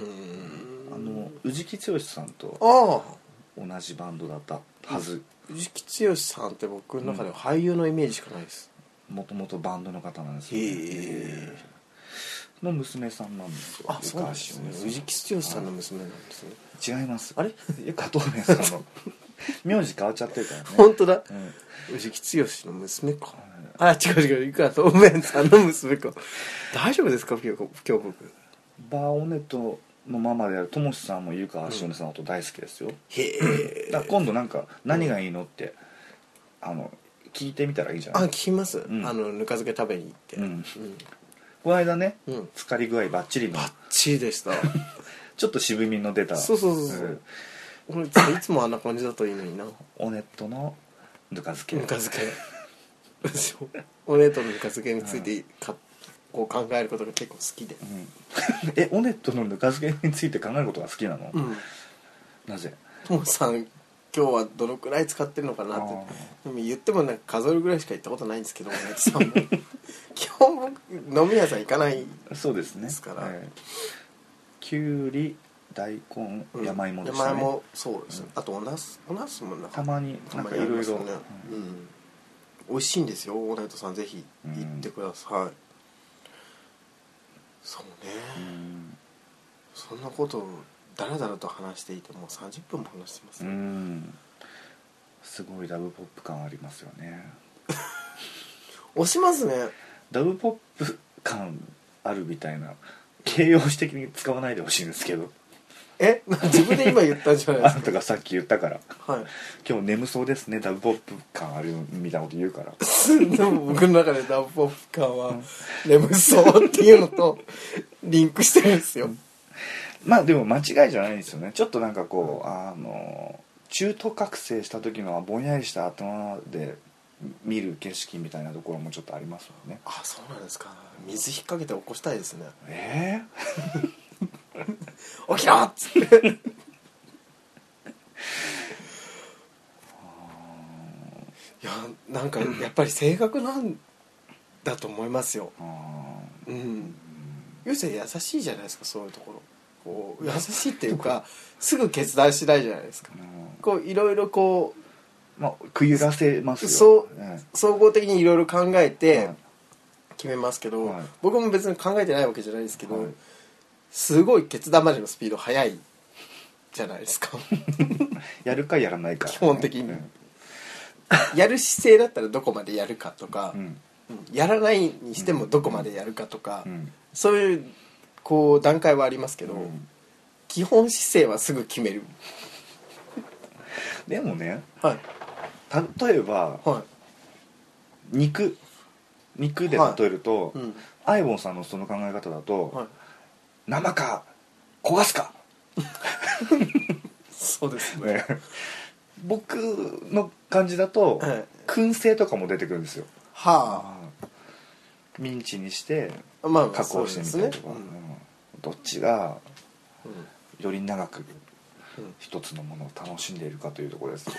[SPEAKER 1] う
[SPEAKER 2] な、
[SPEAKER 1] ん
[SPEAKER 2] あの宇治木剛さんと
[SPEAKER 1] ああ
[SPEAKER 2] 同じバンドだったはず
[SPEAKER 1] 藤木剛さんって僕の中では俳優のイメージしかないです、
[SPEAKER 2] もともとバンドの方なんですよ、
[SPEAKER 1] へえ
[SPEAKER 2] の娘さんなんですよ
[SPEAKER 1] あそうなんですね
[SPEAKER 2] 湯川潮音
[SPEAKER 1] 藤木剛さんの娘なんですね、
[SPEAKER 2] 違います
[SPEAKER 1] あれ
[SPEAKER 2] 湯川東弁さん の名字変わっちゃってるからね
[SPEAKER 1] 本当だ
[SPEAKER 2] うん
[SPEAKER 1] 藤木剛の娘かあ違う違ういくらとおめんさんの娘か大丈夫ですか今日今日僕
[SPEAKER 2] バーオネットのママであるともしさんも湯川しおねさんのこと大好きですよ、
[SPEAKER 1] へえ
[SPEAKER 2] だから今度なんか何がいいのって、あの聞いてみたらいいじゃ
[SPEAKER 1] あ
[SPEAKER 2] ない
[SPEAKER 1] 聞きます、
[SPEAKER 2] ん
[SPEAKER 1] あのぬか漬け食べに行って
[SPEAKER 2] う
[SPEAKER 1] うん
[SPEAKER 2] ん、この間ね、
[SPEAKER 1] うん
[SPEAKER 2] 疲れ具合バッチリの
[SPEAKER 1] バッチリで した
[SPEAKER 2] ちょっと渋みの出た
[SPEAKER 1] そうそうそうそう
[SPEAKER 2] うん
[SPEAKER 1] 俺いつもあんな感じだといいのにな
[SPEAKER 2] オネットのぬか漬け
[SPEAKER 1] ぬか漬け お姉とのぬか漬けについてか、こう考えることが結構好きで
[SPEAKER 2] うんえオネットのぬか漬けについて考えることが好きなの、
[SPEAKER 1] うん
[SPEAKER 2] なぜ
[SPEAKER 1] ともさん今日はどのくらい使ってるのかなってでも言ってもなんか数えるぐらいしか行ったことないんですけどお姉さんも基本僕飲み屋さん行かない
[SPEAKER 2] そうですね
[SPEAKER 1] ですから
[SPEAKER 2] えーきゅうり大根、
[SPEAKER 1] うん
[SPEAKER 2] 山芋でした
[SPEAKER 1] 山
[SPEAKER 2] ね
[SPEAKER 1] 芋そうですね、あとおなすおなすもなんか
[SPEAKER 2] たまに
[SPEAKER 1] た
[SPEAKER 2] なん
[SPEAKER 1] ま
[SPEAKER 2] か
[SPEAKER 1] に
[SPEAKER 2] い
[SPEAKER 1] あり
[SPEAKER 2] ろ
[SPEAKER 1] ま
[SPEAKER 2] い
[SPEAKER 1] す
[SPEAKER 2] ろ
[SPEAKER 1] よねうん美味しいんですよオーナイトさんぜひ行ってください、そうね、
[SPEAKER 2] うん
[SPEAKER 1] そんなことをだらだらと話していてもう30分も話してます、
[SPEAKER 2] うんすごいダブポップ感ありますよね
[SPEAKER 1] 押しますね
[SPEAKER 2] ダブポップ感あるみたいな形容詞的に使わないでほしいんですけど
[SPEAKER 1] え 自分で今言ったんじゃ
[SPEAKER 2] あ
[SPEAKER 1] ない
[SPEAKER 2] な
[SPEAKER 1] です
[SPEAKER 2] たがさっき言ったから
[SPEAKER 1] かはい
[SPEAKER 2] 今日眠そうですねダブポップ感あるみたいなこと言うから
[SPEAKER 1] でも 僕の中でダンポップ感は眠そうっていうのとリンクしてるんですよ
[SPEAKER 2] まあでも間違いじゃないんですよねちょっとなんかこうあの中途覚醒した時のぼんやりした頭で見る景色みたいなところもちょっとありますよね
[SPEAKER 1] あそうなんですか水引っ掛けて起こしたいですね
[SPEAKER 2] え
[SPEAKER 1] 起きろっつっていやなんかやっぱり性格なんだと思いますよ
[SPEAKER 2] ー、あ
[SPEAKER 1] うんゆうせい優しいじゃないですかそういうところこう優しいっていうかすぐ決断しないじゃないですか
[SPEAKER 2] ーうん
[SPEAKER 1] こういろいろこう
[SPEAKER 2] まあくゆらせますよ
[SPEAKER 1] そう
[SPEAKER 2] え
[SPEAKER 1] 総合的にいろいろ考え
[SPEAKER 2] え
[SPEAKER 1] て決めますけど、
[SPEAKER 2] はい
[SPEAKER 1] 僕も別に考えてないわけじゃないですけど、
[SPEAKER 2] はい
[SPEAKER 1] すごい決断までのスピード速いじゃないです か
[SPEAKER 2] やるかやらないか、
[SPEAKER 1] 基本的に
[SPEAKER 2] うん
[SPEAKER 1] やる姿勢だったらどこまでやるかとか
[SPEAKER 2] う、ん
[SPEAKER 1] うんやらないにしてもどこまでやるかとか、
[SPEAKER 2] うん
[SPEAKER 1] そういうこう段階はありますけど、
[SPEAKER 2] うん
[SPEAKER 1] 基本姿勢はすぐ決める
[SPEAKER 2] でもね
[SPEAKER 1] はい
[SPEAKER 2] 例えば
[SPEAKER 1] は
[SPEAKER 2] 肉肉で例えると、
[SPEAKER 1] い、うん
[SPEAKER 2] アイボンさんのその考え方だと、
[SPEAKER 1] はい、
[SPEAKER 2] 生か焦がすか
[SPEAKER 1] そうですね
[SPEAKER 2] ね 僕の感じだと、
[SPEAKER 1] はい
[SPEAKER 2] 燻製とかも出てくるんですよ
[SPEAKER 1] は
[SPEAKER 2] ミンチにして
[SPEAKER 1] あまあまあ
[SPEAKER 2] 加工してみたりとか、
[SPEAKER 1] そうですね
[SPEAKER 2] うんどっちが
[SPEAKER 1] うんうん
[SPEAKER 2] より長く
[SPEAKER 1] うん
[SPEAKER 2] 一つのものを楽しんでいるかというところですよ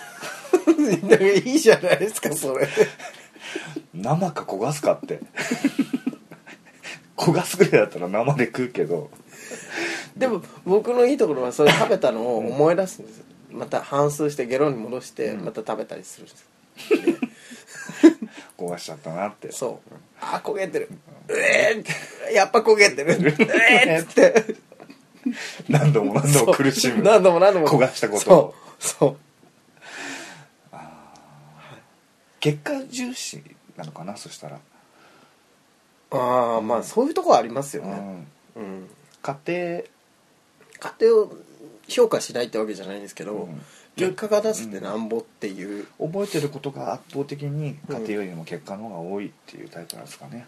[SPEAKER 1] なんか いいじゃないですかそれ
[SPEAKER 2] 生か焦がすかって 焦がすぐらいだったら生で食うけど
[SPEAKER 1] でも僕のいいところはそれ食べたのを思い出すんですよまた反数してゲロに戻して
[SPEAKER 2] うん
[SPEAKER 1] また食べたりするんです
[SPEAKER 2] 焦がしちゃったなって
[SPEAKER 1] そうあ焦げてるうえーやっぱ焦げてる うえーっつって
[SPEAKER 2] 何度も何度も苦し
[SPEAKER 1] そう
[SPEAKER 2] む
[SPEAKER 1] 何度も何度も
[SPEAKER 2] 焦がしたことを
[SPEAKER 1] そうそう
[SPEAKER 2] 結果重視なのかなそしたら、
[SPEAKER 1] ああまあそういうとこはありますよ
[SPEAKER 2] う
[SPEAKER 1] ね
[SPEAKER 2] ん、
[SPEAKER 1] うん
[SPEAKER 2] 家庭
[SPEAKER 1] 家庭を評価しないってわけじゃないんですけ
[SPEAKER 2] う
[SPEAKER 1] ど
[SPEAKER 2] ん
[SPEAKER 1] 結果が出せてなんぼっていう
[SPEAKER 2] 覚えてることが圧倒的に家庭よりも結果の方が多いっていうタイプなんですかね、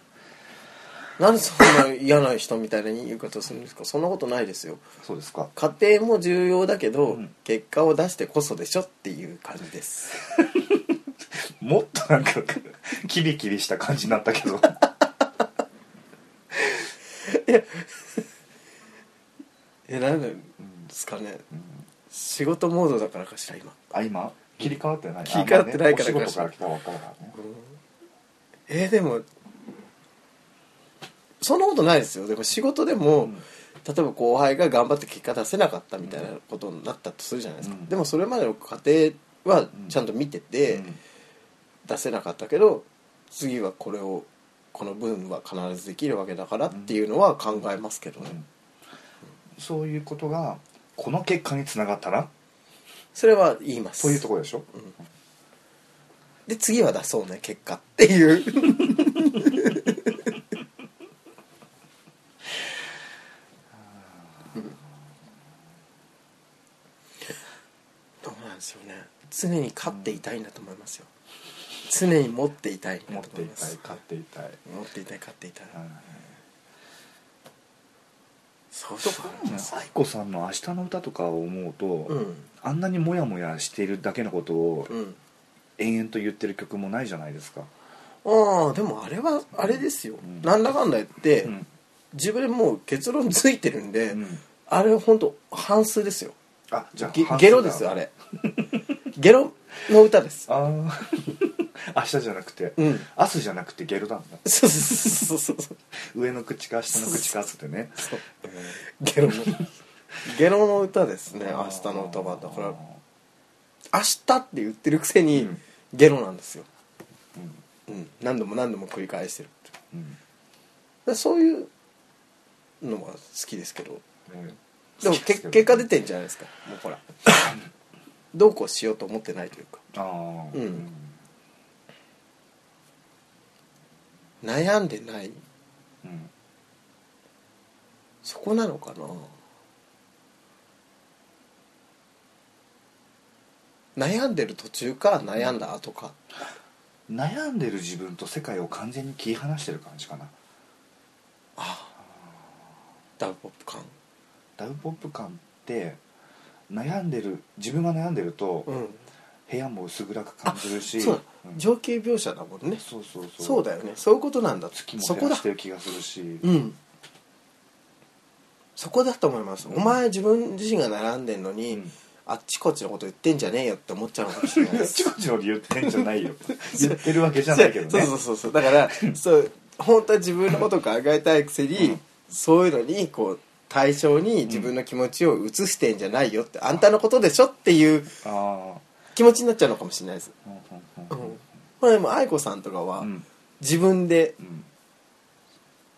[SPEAKER 1] なんでそんな嫌な人みたいな言い方するんですかそんなことないですよ
[SPEAKER 2] そうですか
[SPEAKER 1] 過程も重要だけど、
[SPEAKER 2] うん
[SPEAKER 1] 結果を出してこそでしょっていう感じです
[SPEAKER 2] もっとなんかキビキビした感じになった けど
[SPEAKER 1] えなんですかね仕事モードだからかしら今
[SPEAKER 2] あ今切り替わってない
[SPEAKER 1] 切り替わってないから
[SPEAKER 2] あまあねお仕事から来たばっかだからね
[SPEAKER 1] えーでもそんなことないですよでも仕事でも、
[SPEAKER 2] ん
[SPEAKER 1] 例えば後輩が頑張って結果出せなかったみたいなことになったとするじゃないですか、
[SPEAKER 2] うん
[SPEAKER 1] でもそれまでの過程はちゃんと見てて、
[SPEAKER 2] うん
[SPEAKER 1] 出せなかったけど次はこれをこの分は必ずできるわけだからっていうのは考えますけどね、
[SPEAKER 2] うんそういうことがこの結果につながったな
[SPEAKER 1] それは言います
[SPEAKER 2] そういうところでしょ、
[SPEAKER 1] で次は出そうね結果っていうどうなんでしょうね常に勝っていたいんだと思いますよ常に持っていたいん
[SPEAKER 2] 持
[SPEAKER 1] だ
[SPEAKER 2] っ
[SPEAKER 1] と
[SPEAKER 2] て
[SPEAKER 1] 思
[SPEAKER 2] い
[SPEAKER 1] いま
[SPEAKER 2] たい
[SPEAKER 1] す
[SPEAKER 2] 買っていたい、
[SPEAKER 1] 持っていたい勝っていたいそう
[SPEAKER 2] そ
[SPEAKER 1] そう
[SPEAKER 2] こもね愛子さんの「明日の歌」とかを思うと、
[SPEAKER 1] うん
[SPEAKER 2] あんなにモヤモヤしているだけのことを
[SPEAKER 1] うん
[SPEAKER 2] 延々と言ってる曲もないじゃないですか、
[SPEAKER 1] ああでもあれはあれですよ、
[SPEAKER 2] ん
[SPEAKER 1] なんだかんだ言って、
[SPEAKER 2] うん
[SPEAKER 1] 自分でもう結論ついてるんで、
[SPEAKER 2] うん
[SPEAKER 1] あれ本当半数ですよ
[SPEAKER 2] あじゃあ
[SPEAKER 1] ゲ
[SPEAKER 2] 半数
[SPEAKER 1] ゲ
[SPEAKER 2] だ
[SPEAKER 1] ロですよあれ ゲロの歌です
[SPEAKER 2] あー 明日じゃなくて、
[SPEAKER 1] うん
[SPEAKER 2] 明日じゃなくてゲロなんだ
[SPEAKER 1] そうそうそうそうそう
[SPEAKER 2] 上の口か下の口かっつってね
[SPEAKER 1] そうゲロのゲロの歌ですね明日の歌はだから明日って言ってるくせに、
[SPEAKER 2] うん
[SPEAKER 1] ゲロなんですよ、
[SPEAKER 2] うん
[SPEAKER 1] うん、何度も何度も繰り返してる
[SPEAKER 2] うん
[SPEAKER 1] でそういうのは好きですけど
[SPEAKER 2] うん
[SPEAKER 1] でもけ結果出てんじゃないですかもう ほらどうこうしようと思ってないというか
[SPEAKER 2] ああ
[SPEAKER 1] うん悩んでない
[SPEAKER 2] うん
[SPEAKER 1] そこなのかな悩んでる途中か悩んだ後か
[SPEAKER 2] 悩んでる自分と世界を完全に切り離してる感じかな
[SPEAKER 1] ダブポップ感
[SPEAKER 2] ダウンポップ感って悩んでる自分が悩んでると
[SPEAKER 1] うん
[SPEAKER 2] 部屋も薄暗く感
[SPEAKER 1] あ
[SPEAKER 2] じるし
[SPEAKER 1] そうだ
[SPEAKER 2] うん
[SPEAKER 1] 情景描写だもんね
[SPEAKER 2] そうそうそう
[SPEAKER 1] そうだよねそういうことなんだ
[SPEAKER 2] 月も
[SPEAKER 1] そ
[SPEAKER 2] 照
[SPEAKER 1] こ
[SPEAKER 2] ら
[SPEAKER 1] だ
[SPEAKER 2] してる気がするし
[SPEAKER 1] うんそこだと思います、
[SPEAKER 2] うん
[SPEAKER 1] お前自分自身が悩んでんのに、
[SPEAKER 2] うん
[SPEAKER 1] あっちこっちのこと言ってんじゃねえよって思っちゃうのかもしれない です
[SPEAKER 2] ちょこちょこ言ってんじゃな いよ言ってるわけじゃないけどね
[SPEAKER 1] そうそうそうそうだ からそう本当は自分のことを考えたいくせに、そういうのにこう対象に自分の気持ちを移してんじゃないよって、あんたのことでしょっていう
[SPEAKER 2] あ
[SPEAKER 1] 気持ちになっちゃうのかもしれないです、
[SPEAKER 2] あ
[SPEAKER 1] う
[SPEAKER 2] うんんうん
[SPEAKER 1] これでも愛子さんとかは、
[SPEAKER 2] うん
[SPEAKER 1] 自分で
[SPEAKER 2] うん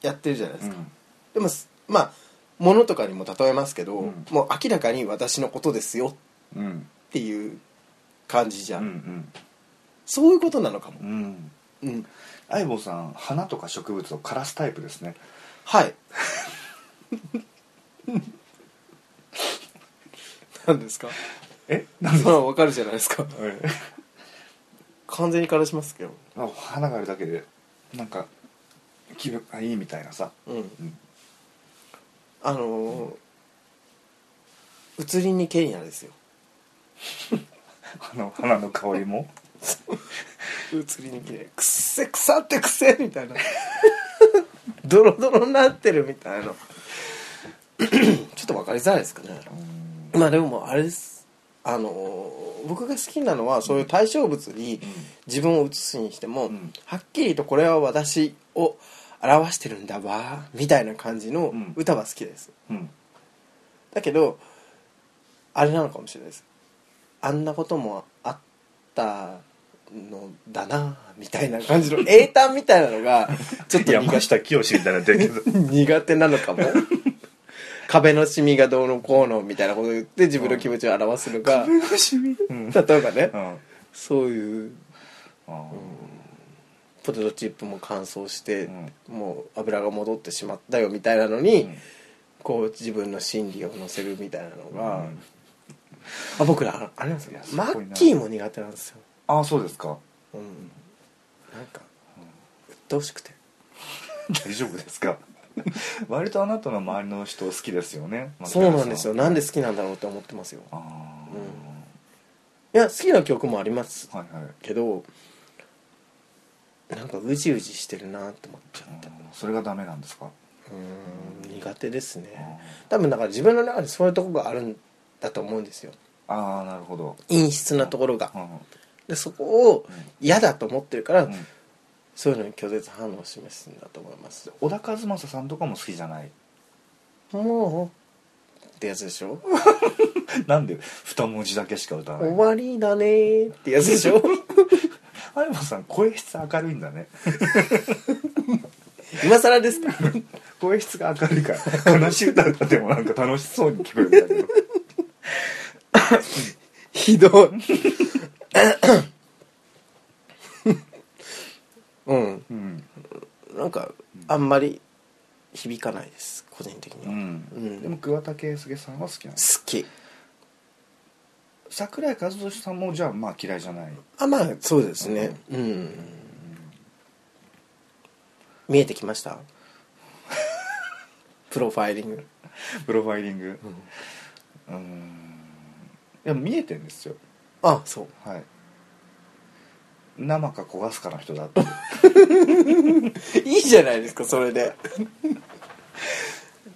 [SPEAKER 1] やってるじゃないで
[SPEAKER 2] う
[SPEAKER 1] す
[SPEAKER 2] ん
[SPEAKER 1] か、でもまあ物とかにも例えますけど、
[SPEAKER 2] うん
[SPEAKER 1] もう明らかに私のことですよ
[SPEAKER 2] うん
[SPEAKER 1] っていう感じじゃ、
[SPEAKER 2] うんん
[SPEAKER 1] そういうことなのかも
[SPEAKER 2] う、ん
[SPEAKER 1] うん、
[SPEAKER 2] 相棒さん花とか植物を枯らすタイプですね
[SPEAKER 1] はい何ですか
[SPEAKER 2] えなんで
[SPEAKER 1] それはわかるじゃないですか
[SPEAKER 2] え
[SPEAKER 1] 完全に枯らしますけど
[SPEAKER 2] あ花があるだけでなんか気分がいいみたいなさ
[SPEAKER 1] うん
[SPEAKER 2] うん
[SPEAKER 1] あのー、移りにケニアですよ
[SPEAKER 2] あの花の香りも
[SPEAKER 1] 移りにケニアくっせ腐ってくせみたいなドロドロになってるみたいなちょっとわかりづらいですかね
[SPEAKER 2] うん
[SPEAKER 1] まあでもあれですあのー僕が好きなのはそういう対象物に自分を映すにしても、
[SPEAKER 2] うん
[SPEAKER 1] はっきりとこれは私を表してるんだわみたいな感じの
[SPEAKER 2] うん
[SPEAKER 1] 歌は好きです、
[SPEAKER 2] うん
[SPEAKER 1] だけどあれなのかもしれないですあんなこともあったのだなみたいな感 じの英単みたいなのがちょっと苦
[SPEAKER 2] 山下清みたいになってるけ ど
[SPEAKER 1] 苦手なの かも壁のシミがどうのこうのみたいなことを言って自分の気持ちを表すのが、
[SPEAKER 2] 壁の趣味うんうん
[SPEAKER 1] 例えばね、
[SPEAKER 2] あ
[SPEAKER 1] そういう
[SPEAKER 2] ー
[SPEAKER 1] ポテトチップも乾燥して、
[SPEAKER 2] うん
[SPEAKER 1] もう油が戻ってしまったよみたいなのに、
[SPEAKER 2] うん
[SPEAKER 1] こう自分の心理を乗せるみたいなのが、
[SPEAKER 2] うん
[SPEAKER 1] あ僕らああれなんです
[SPEAKER 2] い
[SPEAKER 1] よ
[SPEAKER 2] やすごい
[SPEAKER 1] マ
[SPEAKER 2] な
[SPEAKER 1] ッキーも苦手なんですよ、
[SPEAKER 2] あーそうですか
[SPEAKER 1] うん、なんか鬱陶しくて
[SPEAKER 2] 大丈夫ですか 割とあなたの周りの人好きですよね
[SPEAKER 1] そうなんですよなんで好
[SPEAKER 2] か
[SPEAKER 1] きなんだろうって思ってますよ
[SPEAKER 2] あ
[SPEAKER 1] いや好きな曲もあります
[SPEAKER 2] あ、はいはい
[SPEAKER 1] けどなんかうじうじしてるなと思っちゃった
[SPEAKER 2] うんそれがダメなんですか
[SPEAKER 1] うーん苦手ですね
[SPEAKER 2] あ
[SPEAKER 1] 多分だから自分の中でそういうとこがあるんだと思うんですよ
[SPEAKER 2] あーなるほど、
[SPEAKER 1] 陰湿なところが
[SPEAKER 2] うんうん
[SPEAKER 1] でそこを嫌だと思ってるから、
[SPEAKER 2] うん
[SPEAKER 1] そういうのに拒絶反応を示すんだと思います
[SPEAKER 2] 小田和正さんとかも好きじゃない
[SPEAKER 1] もうってやつでしょ
[SPEAKER 2] なんで二文字だけしか歌わ
[SPEAKER 1] 終
[SPEAKER 2] ない
[SPEAKER 1] わりだねーってやつでし ょ
[SPEAKER 2] あやまさん声質明るいんだね
[SPEAKER 1] 今更ですか
[SPEAKER 2] 声質が明るいから悲しい歌歌ってもなんか楽しそうに聞こえるんだけど
[SPEAKER 1] ひどいうん
[SPEAKER 2] うん、
[SPEAKER 1] なんかあんまり響かないです個人的に
[SPEAKER 2] う
[SPEAKER 1] は、好
[SPEAKER 2] ん、でも桑田佳祐さんは好きなの
[SPEAKER 1] き
[SPEAKER 2] 桜井和寿さんもじゃあまあ嫌いじゃない
[SPEAKER 1] あまあそうですねうん、見えてきま したプロファイリング
[SPEAKER 2] プロファイリングうんいや見えてんですよ
[SPEAKER 1] あそう
[SPEAKER 2] はい生か焦がすかの人だって
[SPEAKER 1] いいじゃないですかそれ でだか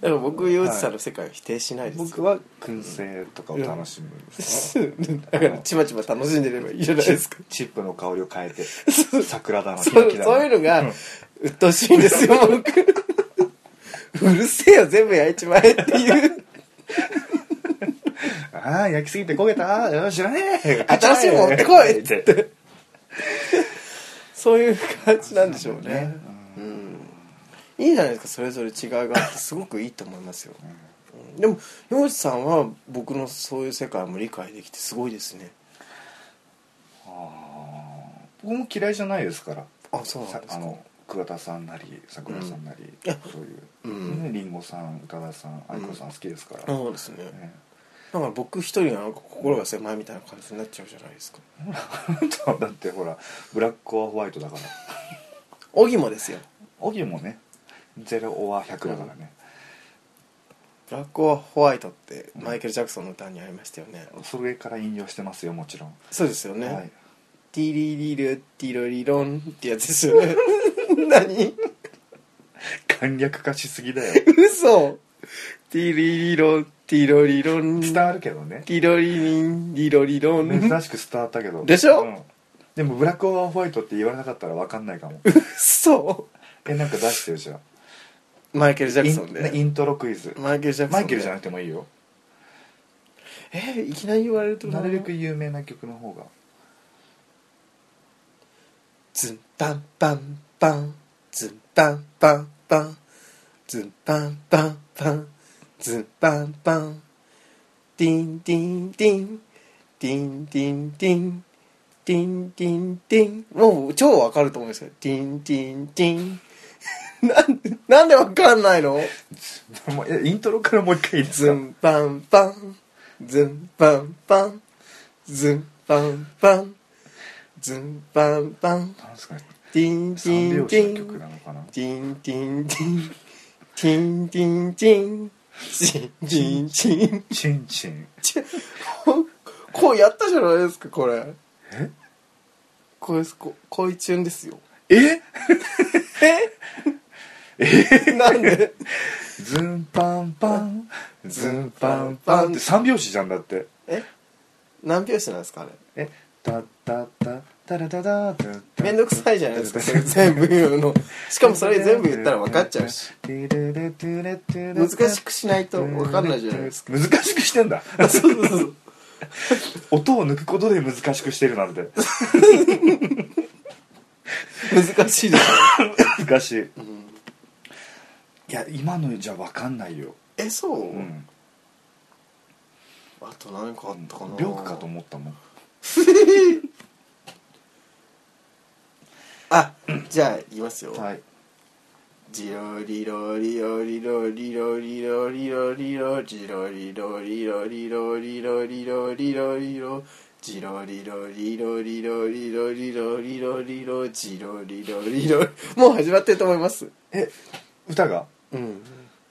[SPEAKER 1] ら僕洋治さんの世界を否定しないです、
[SPEAKER 2] 僕は燻製とかを楽しむ
[SPEAKER 1] だからちまちま楽しんでればいいじゃないですか
[SPEAKER 2] チップの香りを変えて
[SPEAKER 1] そう
[SPEAKER 2] 桜だの
[SPEAKER 1] そ
[SPEAKER 2] ヒ
[SPEAKER 1] う
[SPEAKER 2] ノキだ
[SPEAKER 1] そういうのが
[SPEAKER 2] ん
[SPEAKER 1] 鬱陶しいんですよ僕うるせえよ全部焼いちまえっていう
[SPEAKER 2] ああ焼きすぎて焦げたうん知らねえ
[SPEAKER 1] 新しいもん持ってこいっつ
[SPEAKER 2] って
[SPEAKER 1] そういう感じなんでしょうね
[SPEAKER 2] う
[SPEAKER 1] うんんいいじゃないですかそれぞれ違いがあってすごくいいと思いますよ、うんでも洋治さんは僕のそういう世界も理解できてすごいですね
[SPEAKER 2] ああ僕も嫌いじゃないですから
[SPEAKER 1] あそうなん
[SPEAKER 2] さ
[SPEAKER 1] です
[SPEAKER 2] あ
[SPEAKER 1] か
[SPEAKER 2] の桑田さんなり桜さんなり、
[SPEAKER 1] いや
[SPEAKER 2] そういう、
[SPEAKER 1] うん
[SPEAKER 2] ねりんごさん宇多田さん愛子さん好きですから、
[SPEAKER 1] そうですね
[SPEAKER 2] ね
[SPEAKER 1] だから僕一人がなんか心が狭いみたいな感じになっちゃうじゃないですか
[SPEAKER 2] ほらだってほらブラック・オア・ホワイトだから
[SPEAKER 1] 荻もですよ
[SPEAKER 2] 荻もね0オア100だからね、
[SPEAKER 1] 「ブラック・オア・ホワイト」ってマイケル・ジャクソンの歌にありましたよね、
[SPEAKER 2] それから引用してますよもちろん、
[SPEAKER 1] そうですよね、
[SPEAKER 2] はい、
[SPEAKER 1] ティリリルティロリロンってやつですよね 何
[SPEAKER 2] 簡略化しすぎだ よ
[SPEAKER 1] 嘘ティリリロンティロリロン
[SPEAKER 2] 伝わるけどね
[SPEAKER 1] ティロリリンリロリロン
[SPEAKER 2] 珍しく伝わったけど
[SPEAKER 1] でしょ
[SPEAKER 2] うんでもブラック・オア・ホワイトって言われなかったら分かんないかも
[SPEAKER 1] 嘘
[SPEAKER 2] えなんか出してるじゃん
[SPEAKER 1] マイケル・ジャク
[SPEAKER 2] イ
[SPEAKER 1] ソン
[SPEAKER 2] ンイ
[SPEAKER 1] で
[SPEAKER 2] ントロクイズ
[SPEAKER 1] マイケル・ジャクソンで
[SPEAKER 2] マイケルじゃなくてもいいよ
[SPEAKER 1] えいきなり言われると
[SPEAKER 2] なるべく有名な曲の方が
[SPEAKER 1] ズンパンパンパンズンパンパンパンズンパンパンパンズンパンパンディンディンディンディンディンディンディンディンディンもう超わかると思うんですよディンディンディン なんでなんでわかんないの
[SPEAKER 2] もうえイントロからもう一回いいです
[SPEAKER 1] ズ
[SPEAKER 2] か
[SPEAKER 1] ンパンパンズンパンパンズンパンパンズンパンパン
[SPEAKER 2] なんですかね
[SPEAKER 1] ディンデ
[SPEAKER 2] 三
[SPEAKER 1] ィン
[SPEAKER 2] 拍
[SPEAKER 1] デ
[SPEAKER 2] 子の
[SPEAKER 1] ィ
[SPEAKER 2] 曲
[SPEAKER 1] ン
[SPEAKER 2] なのかな
[SPEAKER 1] ティンティンティンティンティンティンチンチンチン
[SPEAKER 2] チンチン
[SPEAKER 1] チンこうやったじゃないですかこれ
[SPEAKER 2] え
[SPEAKER 1] これですここいチュンですよ
[SPEAKER 2] え
[SPEAKER 1] なんで
[SPEAKER 2] ズンパンパンズンパンパンって三拍子じゃんだって
[SPEAKER 1] え何拍子なんですかあれ
[SPEAKER 2] えタッタッタタラタタタッタ
[SPEAKER 1] めんどくさいじゃないですかそれ全部言うのしかもそれ全部言ったら分かっちゃうし難
[SPEAKER 2] 難
[SPEAKER 1] しくしないと分かんないじゃないですか
[SPEAKER 2] 難しくしてんだ
[SPEAKER 1] そうそうそう
[SPEAKER 2] 音を抜くことで難しくしてるなんて
[SPEAKER 1] 難しいです
[SPEAKER 2] 難しい、いや今のじゃ分かんないよ、
[SPEAKER 1] えそう、
[SPEAKER 2] うん、
[SPEAKER 1] あと何かあったかな
[SPEAKER 2] 病気かと思ったもん
[SPEAKER 1] あじゃあ言いますよ、
[SPEAKER 2] はい
[SPEAKER 1] ジロリロリロリロリロリロリロリロジロリロリロリロリロリロリロリロジロリロリロリロリロリロリロリロジロリロリロリもう始まってると思います
[SPEAKER 2] え歌が
[SPEAKER 1] うん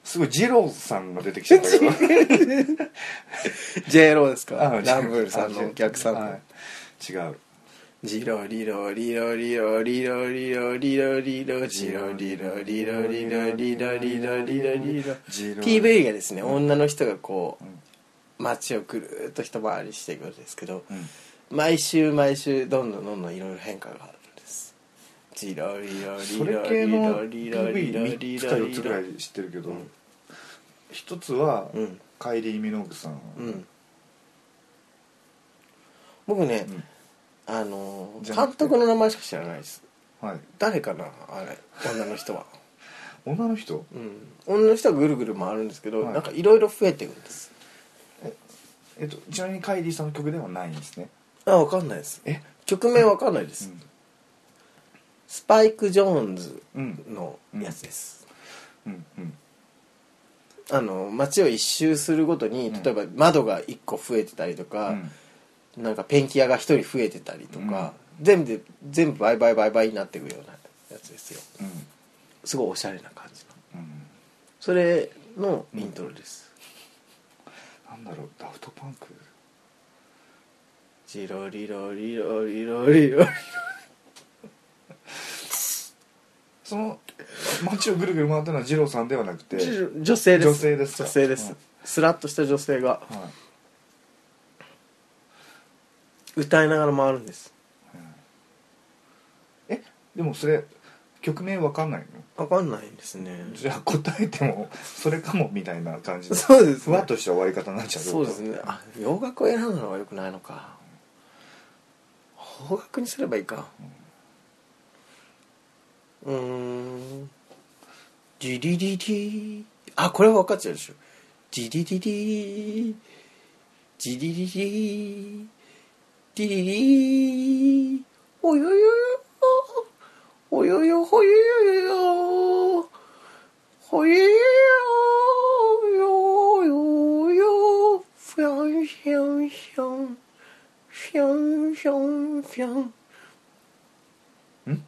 [SPEAKER 2] すごい二郎さんが出てきちゃったけど
[SPEAKER 1] J ローですか
[SPEAKER 2] あ
[SPEAKER 1] ランブルさんのお客さん
[SPEAKER 2] は
[SPEAKER 1] の
[SPEAKER 2] い違う
[SPEAKER 1] ジロリロリロリロリロリロリロリロジロリロリロリロリロリロリロリロ
[SPEAKER 2] ジロ
[SPEAKER 1] PV がですね女の人がこ
[SPEAKER 2] ん
[SPEAKER 1] う街をぐるーっと一回りしていくんですけど
[SPEAKER 2] うん
[SPEAKER 1] 毎週毎週どんどんどんどんいろいろ変化があるんですジロリロリ
[SPEAKER 2] そ
[SPEAKER 1] ロ
[SPEAKER 2] れ系
[SPEAKER 1] リ
[SPEAKER 2] の
[SPEAKER 1] ロリロリロ
[SPEAKER 2] PV3
[SPEAKER 1] リ
[SPEAKER 2] つ
[SPEAKER 1] ロ
[SPEAKER 2] か4
[SPEAKER 1] リ
[SPEAKER 2] つぐ
[SPEAKER 1] ロ
[SPEAKER 2] らい知ってるけど一つは
[SPEAKER 1] うん
[SPEAKER 2] カイリー・ミノーグさん
[SPEAKER 1] うん僕ね
[SPEAKER 2] うん
[SPEAKER 1] あの
[SPEAKER 2] じゃな
[SPEAKER 1] 監
[SPEAKER 2] くて
[SPEAKER 1] 督の名前しか知らないです
[SPEAKER 2] はい
[SPEAKER 1] 誰かなあれ女の人は
[SPEAKER 2] 女の人
[SPEAKER 1] うん女の人はぐるぐる回るんですけど、
[SPEAKER 2] はい
[SPEAKER 1] なんかいろいろ増えていくんです
[SPEAKER 2] えっとちなみにカイリーさんの曲ではないんですね
[SPEAKER 1] あわかんないです
[SPEAKER 2] え
[SPEAKER 1] 曲名わかんないです、スパイク・ジョーンズ
[SPEAKER 2] うん
[SPEAKER 1] のやつです、
[SPEAKER 2] うんうん
[SPEAKER 1] あの街を一周するごとに
[SPEAKER 2] うん
[SPEAKER 1] 例えば窓が1個増えてたりと
[SPEAKER 2] う
[SPEAKER 1] か、
[SPEAKER 2] ん
[SPEAKER 1] なんかペンキ屋が1人増えてたりとか、全部で全部倍倍倍倍になっていくようなやつですよ
[SPEAKER 2] うん
[SPEAKER 1] すごいおしゃれな感じの
[SPEAKER 2] うん
[SPEAKER 1] それのイントロです、
[SPEAKER 2] なんだろうダフトパンク
[SPEAKER 1] ジロリロリロリロリロリ
[SPEAKER 2] その街をぐるぐる回ったのは二郎さんではなくて
[SPEAKER 1] じ女性です
[SPEAKER 2] 女性ですか
[SPEAKER 1] 女性です、
[SPEAKER 2] うん
[SPEAKER 1] スラッとした女性が
[SPEAKER 2] は
[SPEAKER 1] 歌いながら回るんです
[SPEAKER 2] いうんえでもそれ曲名わかんないの
[SPEAKER 1] わかんないんですね
[SPEAKER 2] じゃあ答えてもそれかもみたいな感じで
[SPEAKER 1] そうですね
[SPEAKER 2] ふわっとした終わり方になっちゃう
[SPEAKER 1] そうですねあ洋楽を選ぶのはよくないのか邦楽にすればいいかうーんジリリリあこれは分かっちゃうでしょジリリリジリリリリリリおよよよおよよほよよよほよよよよふやんふやんふやんふやんふやんふやん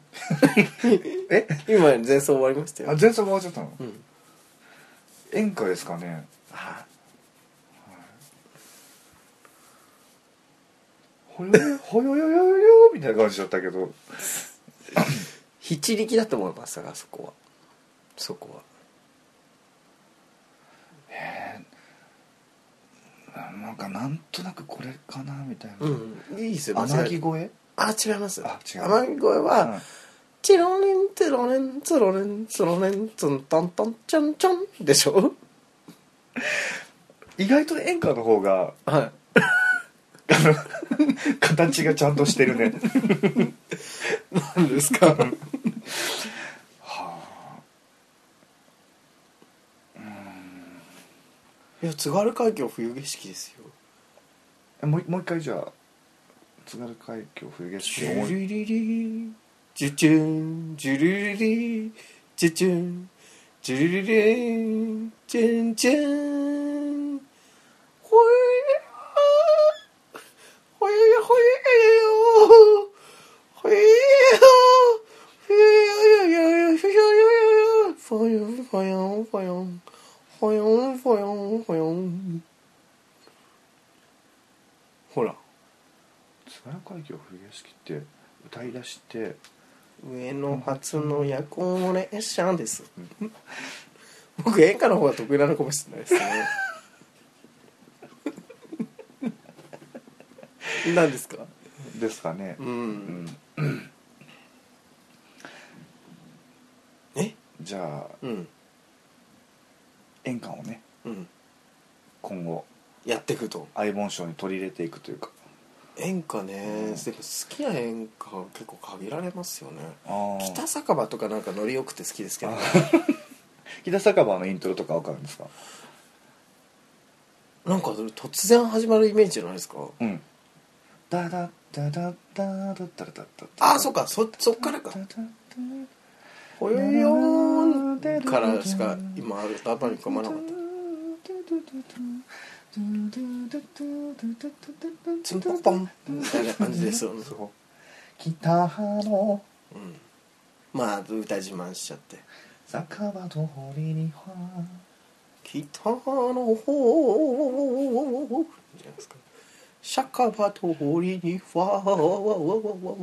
[SPEAKER 2] え
[SPEAKER 1] 今前奏終わりました
[SPEAKER 2] あ
[SPEAKER 1] よ
[SPEAKER 2] 前奏が終わっちゃったの
[SPEAKER 1] うん
[SPEAKER 2] 演歌ですかね
[SPEAKER 1] は
[SPEAKER 2] ほよよほよよよよよみたいな感じだったけど
[SPEAKER 1] 七力だと思いますがそこはそこは
[SPEAKER 2] なんかなんとなくこれかなみたいな、
[SPEAKER 1] うんいいですよ間
[SPEAKER 2] 天
[SPEAKER 1] 違
[SPEAKER 2] 城
[SPEAKER 1] い
[SPEAKER 2] 越
[SPEAKER 1] あ違います
[SPEAKER 2] あ違う
[SPEAKER 1] 天城声
[SPEAKER 2] え、
[SPEAKER 1] は、チロレンチロレンツロレンツロレンツントントンチョンチョンでしょ
[SPEAKER 2] 意外と演歌の方が
[SPEAKER 1] は
[SPEAKER 2] 形がちゃんとしてるね
[SPEAKER 1] い何ですか
[SPEAKER 2] はあ
[SPEAKER 1] いや津軽海峡冬景色ですよ
[SPEAKER 2] えもうもう一回じゃあ津軽海峡冬景
[SPEAKER 1] ジ
[SPEAKER 2] 色
[SPEAKER 1] ュ
[SPEAKER 2] 思い
[SPEAKER 1] リリリジュチュンジュリリリジュチュンジュリリリチュンチュンほえーほえーほえーよーほえーよーほえーよーよーよーよーよーほよんほよんほよんほよんほよんほよんほら
[SPEAKER 2] 津軽海峡冬景色って歌い出して
[SPEAKER 1] 上野初の夜行列車です僕演歌の方が得意なのかもしれないですね何ですか
[SPEAKER 2] ですかね、
[SPEAKER 1] うん、
[SPEAKER 2] うん
[SPEAKER 1] え
[SPEAKER 2] じゃあ
[SPEAKER 1] うん
[SPEAKER 2] 演歌をね
[SPEAKER 1] うん
[SPEAKER 2] 今後
[SPEAKER 1] やっていくと
[SPEAKER 2] 相棒賞に取り入れていくというか
[SPEAKER 1] 演歌ね、
[SPEAKER 2] うん
[SPEAKER 1] でも好きな演歌は結構限られますよね
[SPEAKER 2] あ
[SPEAKER 1] 北酒場とかなんかノリよくて好きですけど
[SPEAKER 2] 北酒場のイントロとかわかるんですか
[SPEAKER 1] なんか突然始まるイメージじゃないですか
[SPEAKER 2] うんダダダダダダダダダ
[SPEAKER 1] ああそっかそそっからか「ほよよーん」からしか今頭に浮かばなかったツンポンポンみたいな感じですよね
[SPEAKER 2] そう北の
[SPEAKER 1] うん、まあ歌自慢しちゃって
[SPEAKER 2] 酒場通りには
[SPEAKER 1] 「北の方」じゃないですか「釈迦通りにファーワワワワ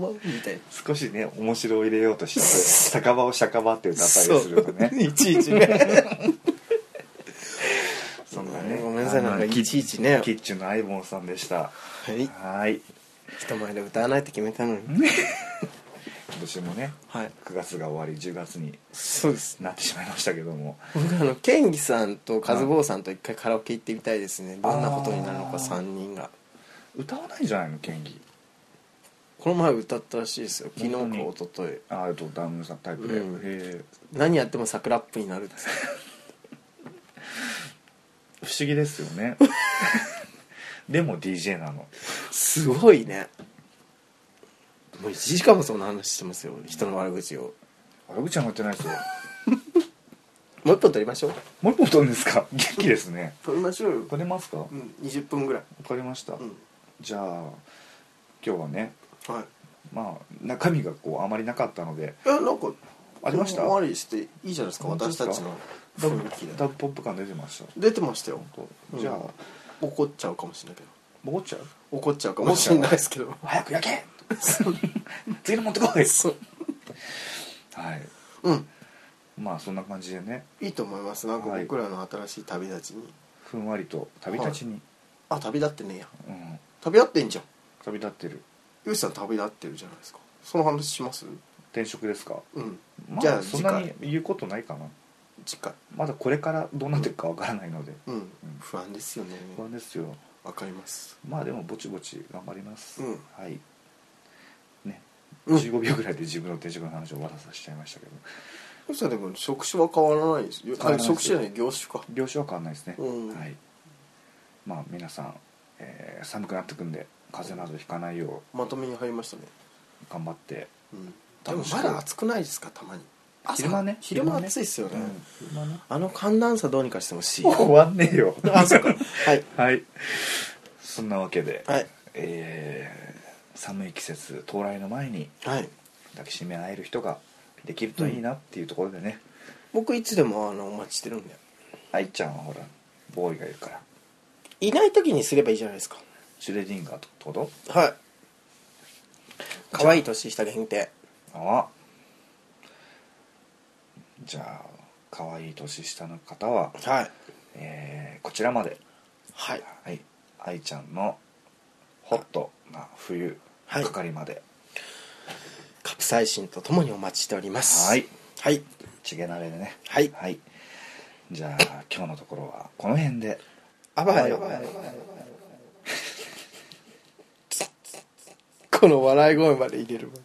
[SPEAKER 1] ワ」みたいな。
[SPEAKER 2] 少しね面白を入れようとして酒場を酒場って歌ったりするのね
[SPEAKER 1] そういちいちね
[SPEAKER 2] そん
[SPEAKER 1] ごめんなさいなんかいちいちね
[SPEAKER 2] キッチュのアイボンさんでし
[SPEAKER 1] は
[SPEAKER 2] た
[SPEAKER 1] い
[SPEAKER 2] はい
[SPEAKER 1] 人前で歌わないって決めたのに
[SPEAKER 2] 今年もね
[SPEAKER 1] はい
[SPEAKER 2] 9月が終わり10月に
[SPEAKER 1] そうです
[SPEAKER 2] なってしまいましたけども
[SPEAKER 1] 僕あのケンギさんとカズボーさんと一回カラオケ行ってみたいですねどんなことになるのか
[SPEAKER 2] あー
[SPEAKER 1] 3人が
[SPEAKER 2] 歌わないんじゃないの県議
[SPEAKER 1] この前歌ったらしいですよ昨日か
[SPEAKER 2] 本当に
[SPEAKER 1] 一昨日
[SPEAKER 2] ああとダムさんタイプで、
[SPEAKER 1] うん
[SPEAKER 2] へえ
[SPEAKER 1] 何やっても桜っぷになるっつって
[SPEAKER 2] 不思議ですよね でも DJ なの
[SPEAKER 1] すごいねもう1時間もそんな話してますよ人の悪口を
[SPEAKER 2] 悪口は乗ってないですよ
[SPEAKER 1] もう一本撮りましょう
[SPEAKER 2] もう一本撮るんですか元気ですね
[SPEAKER 1] 撮りましょうよ
[SPEAKER 2] 撮れますかわ
[SPEAKER 1] うん20分ぐらい
[SPEAKER 2] かりました、
[SPEAKER 1] うん
[SPEAKER 2] じゃあ今日はね
[SPEAKER 1] はい
[SPEAKER 2] まあ中身がこうあまりなかったので
[SPEAKER 1] えなんか
[SPEAKER 2] ありました
[SPEAKER 1] 終わりしていいじゃないですか
[SPEAKER 2] 本当で
[SPEAKER 1] 私
[SPEAKER 2] すか
[SPEAKER 1] たちの
[SPEAKER 2] ダブ
[SPEAKER 1] 雰囲気
[SPEAKER 2] ダ
[SPEAKER 1] で
[SPEAKER 2] ブポップ感出てました
[SPEAKER 1] 出てましたよ
[SPEAKER 2] 本
[SPEAKER 1] う
[SPEAKER 2] 当
[SPEAKER 1] ん
[SPEAKER 2] じゃあ、
[SPEAKER 1] 怒っちゃうかもしれないけど
[SPEAKER 2] ボコっちゃう
[SPEAKER 1] 怒っちゃうかもしれないですけど
[SPEAKER 2] 早く焼け次の持ってこい
[SPEAKER 1] そう
[SPEAKER 2] はい
[SPEAKER 1] うん
[SPEAKER 2] まあそんな感じでね
[SPEAKER 1] いいと思いますなんか
[SPEAKER 2] はい
[SPEAKER 1] 僕らの新しい旅立ちに、
[SPEAKER 2] ふんわりと旅立ちに、
[SPEAKER 1] あ旅立ってねえや
[SPEAKER 2] うん、
[SPEAKER 1] 旅立ってんじゃん
[SPEAKER 2] 旅立ってる
[SPEAKER 1] ゆうしさん旅立ってるじゃないですかその話します
[SPEAKER 2] 転職ですか
[SPEAKER 1] うん
[SPEAKER 2] まあ
[SPEAKER 1] じゃあ
[SPEAKER 2] そん
[SPEAKER 1] 次
[SPEAKER 2] なに
[SPEAKER 1] 回
[SPEAKER 2] 言うことないかな
[SPEAKER 1] 次回
[SPEAKER 2] まだこれからどうなっていくかわからないので
[SPEAKER 1] うん不安ですよね
[SPEAKER 2] 不安ですよ
[SPEAKER 1] わかります
[SPEAKER 2] まあでもぼちぼち頑張ります、
[SPEAKER 1] うん
[SPEAKER 2] はいね
[SPEAKER 1] うん
[SPEAKER 2] 15秒ぐらいで自分の転職の話を終わらさせちゃいましたけど
[SPEAKER 1] ゆうしさんでも職種は変わらないですよ
[SPEAKER 2] 変わらないです
[SPEAKER 1] 職種じゃない業種か
[SPEAKER 2] 領収は変わんないですね、
[SPEAKER 1] うん
[SPEAKER 2] はいまあ皆さん、えー寒くなってくんで風邪などひかないよ
[SPEAKER 1] まとめに入りましたね
[SPEAKER 2] う頑張って
[SPEAKER 1] うんでも
[SPEAKER 2] 楽しく
[SPEAKER 1] まだ暑くないですかたまに朝
[SPEAKER 2] 昼間ね
[SPEAKER 1] 昼間暑いっすよね
[SPEAKER 2] うん昼間ね
[SPEAKER 1] あの寒暖差どうにかしてほしい
[SPEAKER 2] もう終わんねえよ
[SPEAKER 1] あそうかはい
[SPEAKER 2] はいそんなわけで、
[SPEAKER 1] はい
[SPEAKER 2] えー寒い季節到来の前に
[SPEAKER 1] はい
[SPEAKER 2] 抱きしめ合える人ができるといいなっていうところでね、
[SPEAKER 1] 僕いつでもあのお待ちしてるんで
[SPEAKER 2] 愛ちゃんはほらボーイがいるから
[SPEAKER 1] いない時にすればいいじゃないですか
[SPEAKER 2] シュレディンガーってこと
[SPEAKER 1] はい可愛い年下限定
[SPEAKER 2] ああじゃあ可愛い年下の方は、
[SPEAKER 1] はい
[SPEAKER 2] えーこちらまで
[SPEAKER 1] はい
[SPEAKER 2] はい愛ちゃんのホットな冬
[SPEAKER 1] はい
[SPEAKER 2] 係まで
[SPEAKER 1] カプサイシンとともにお待ちしております
[SPEAKER 2] はい
[SPEAKER 1] はい
[SPEAKER 2] ちげなれでね
[SPEAKER 1] はい
[SPEAKER 2] はいじゃあ今日のところはこの辺で
[SPEAKER 1] あばよ この笑い声まで入れるわ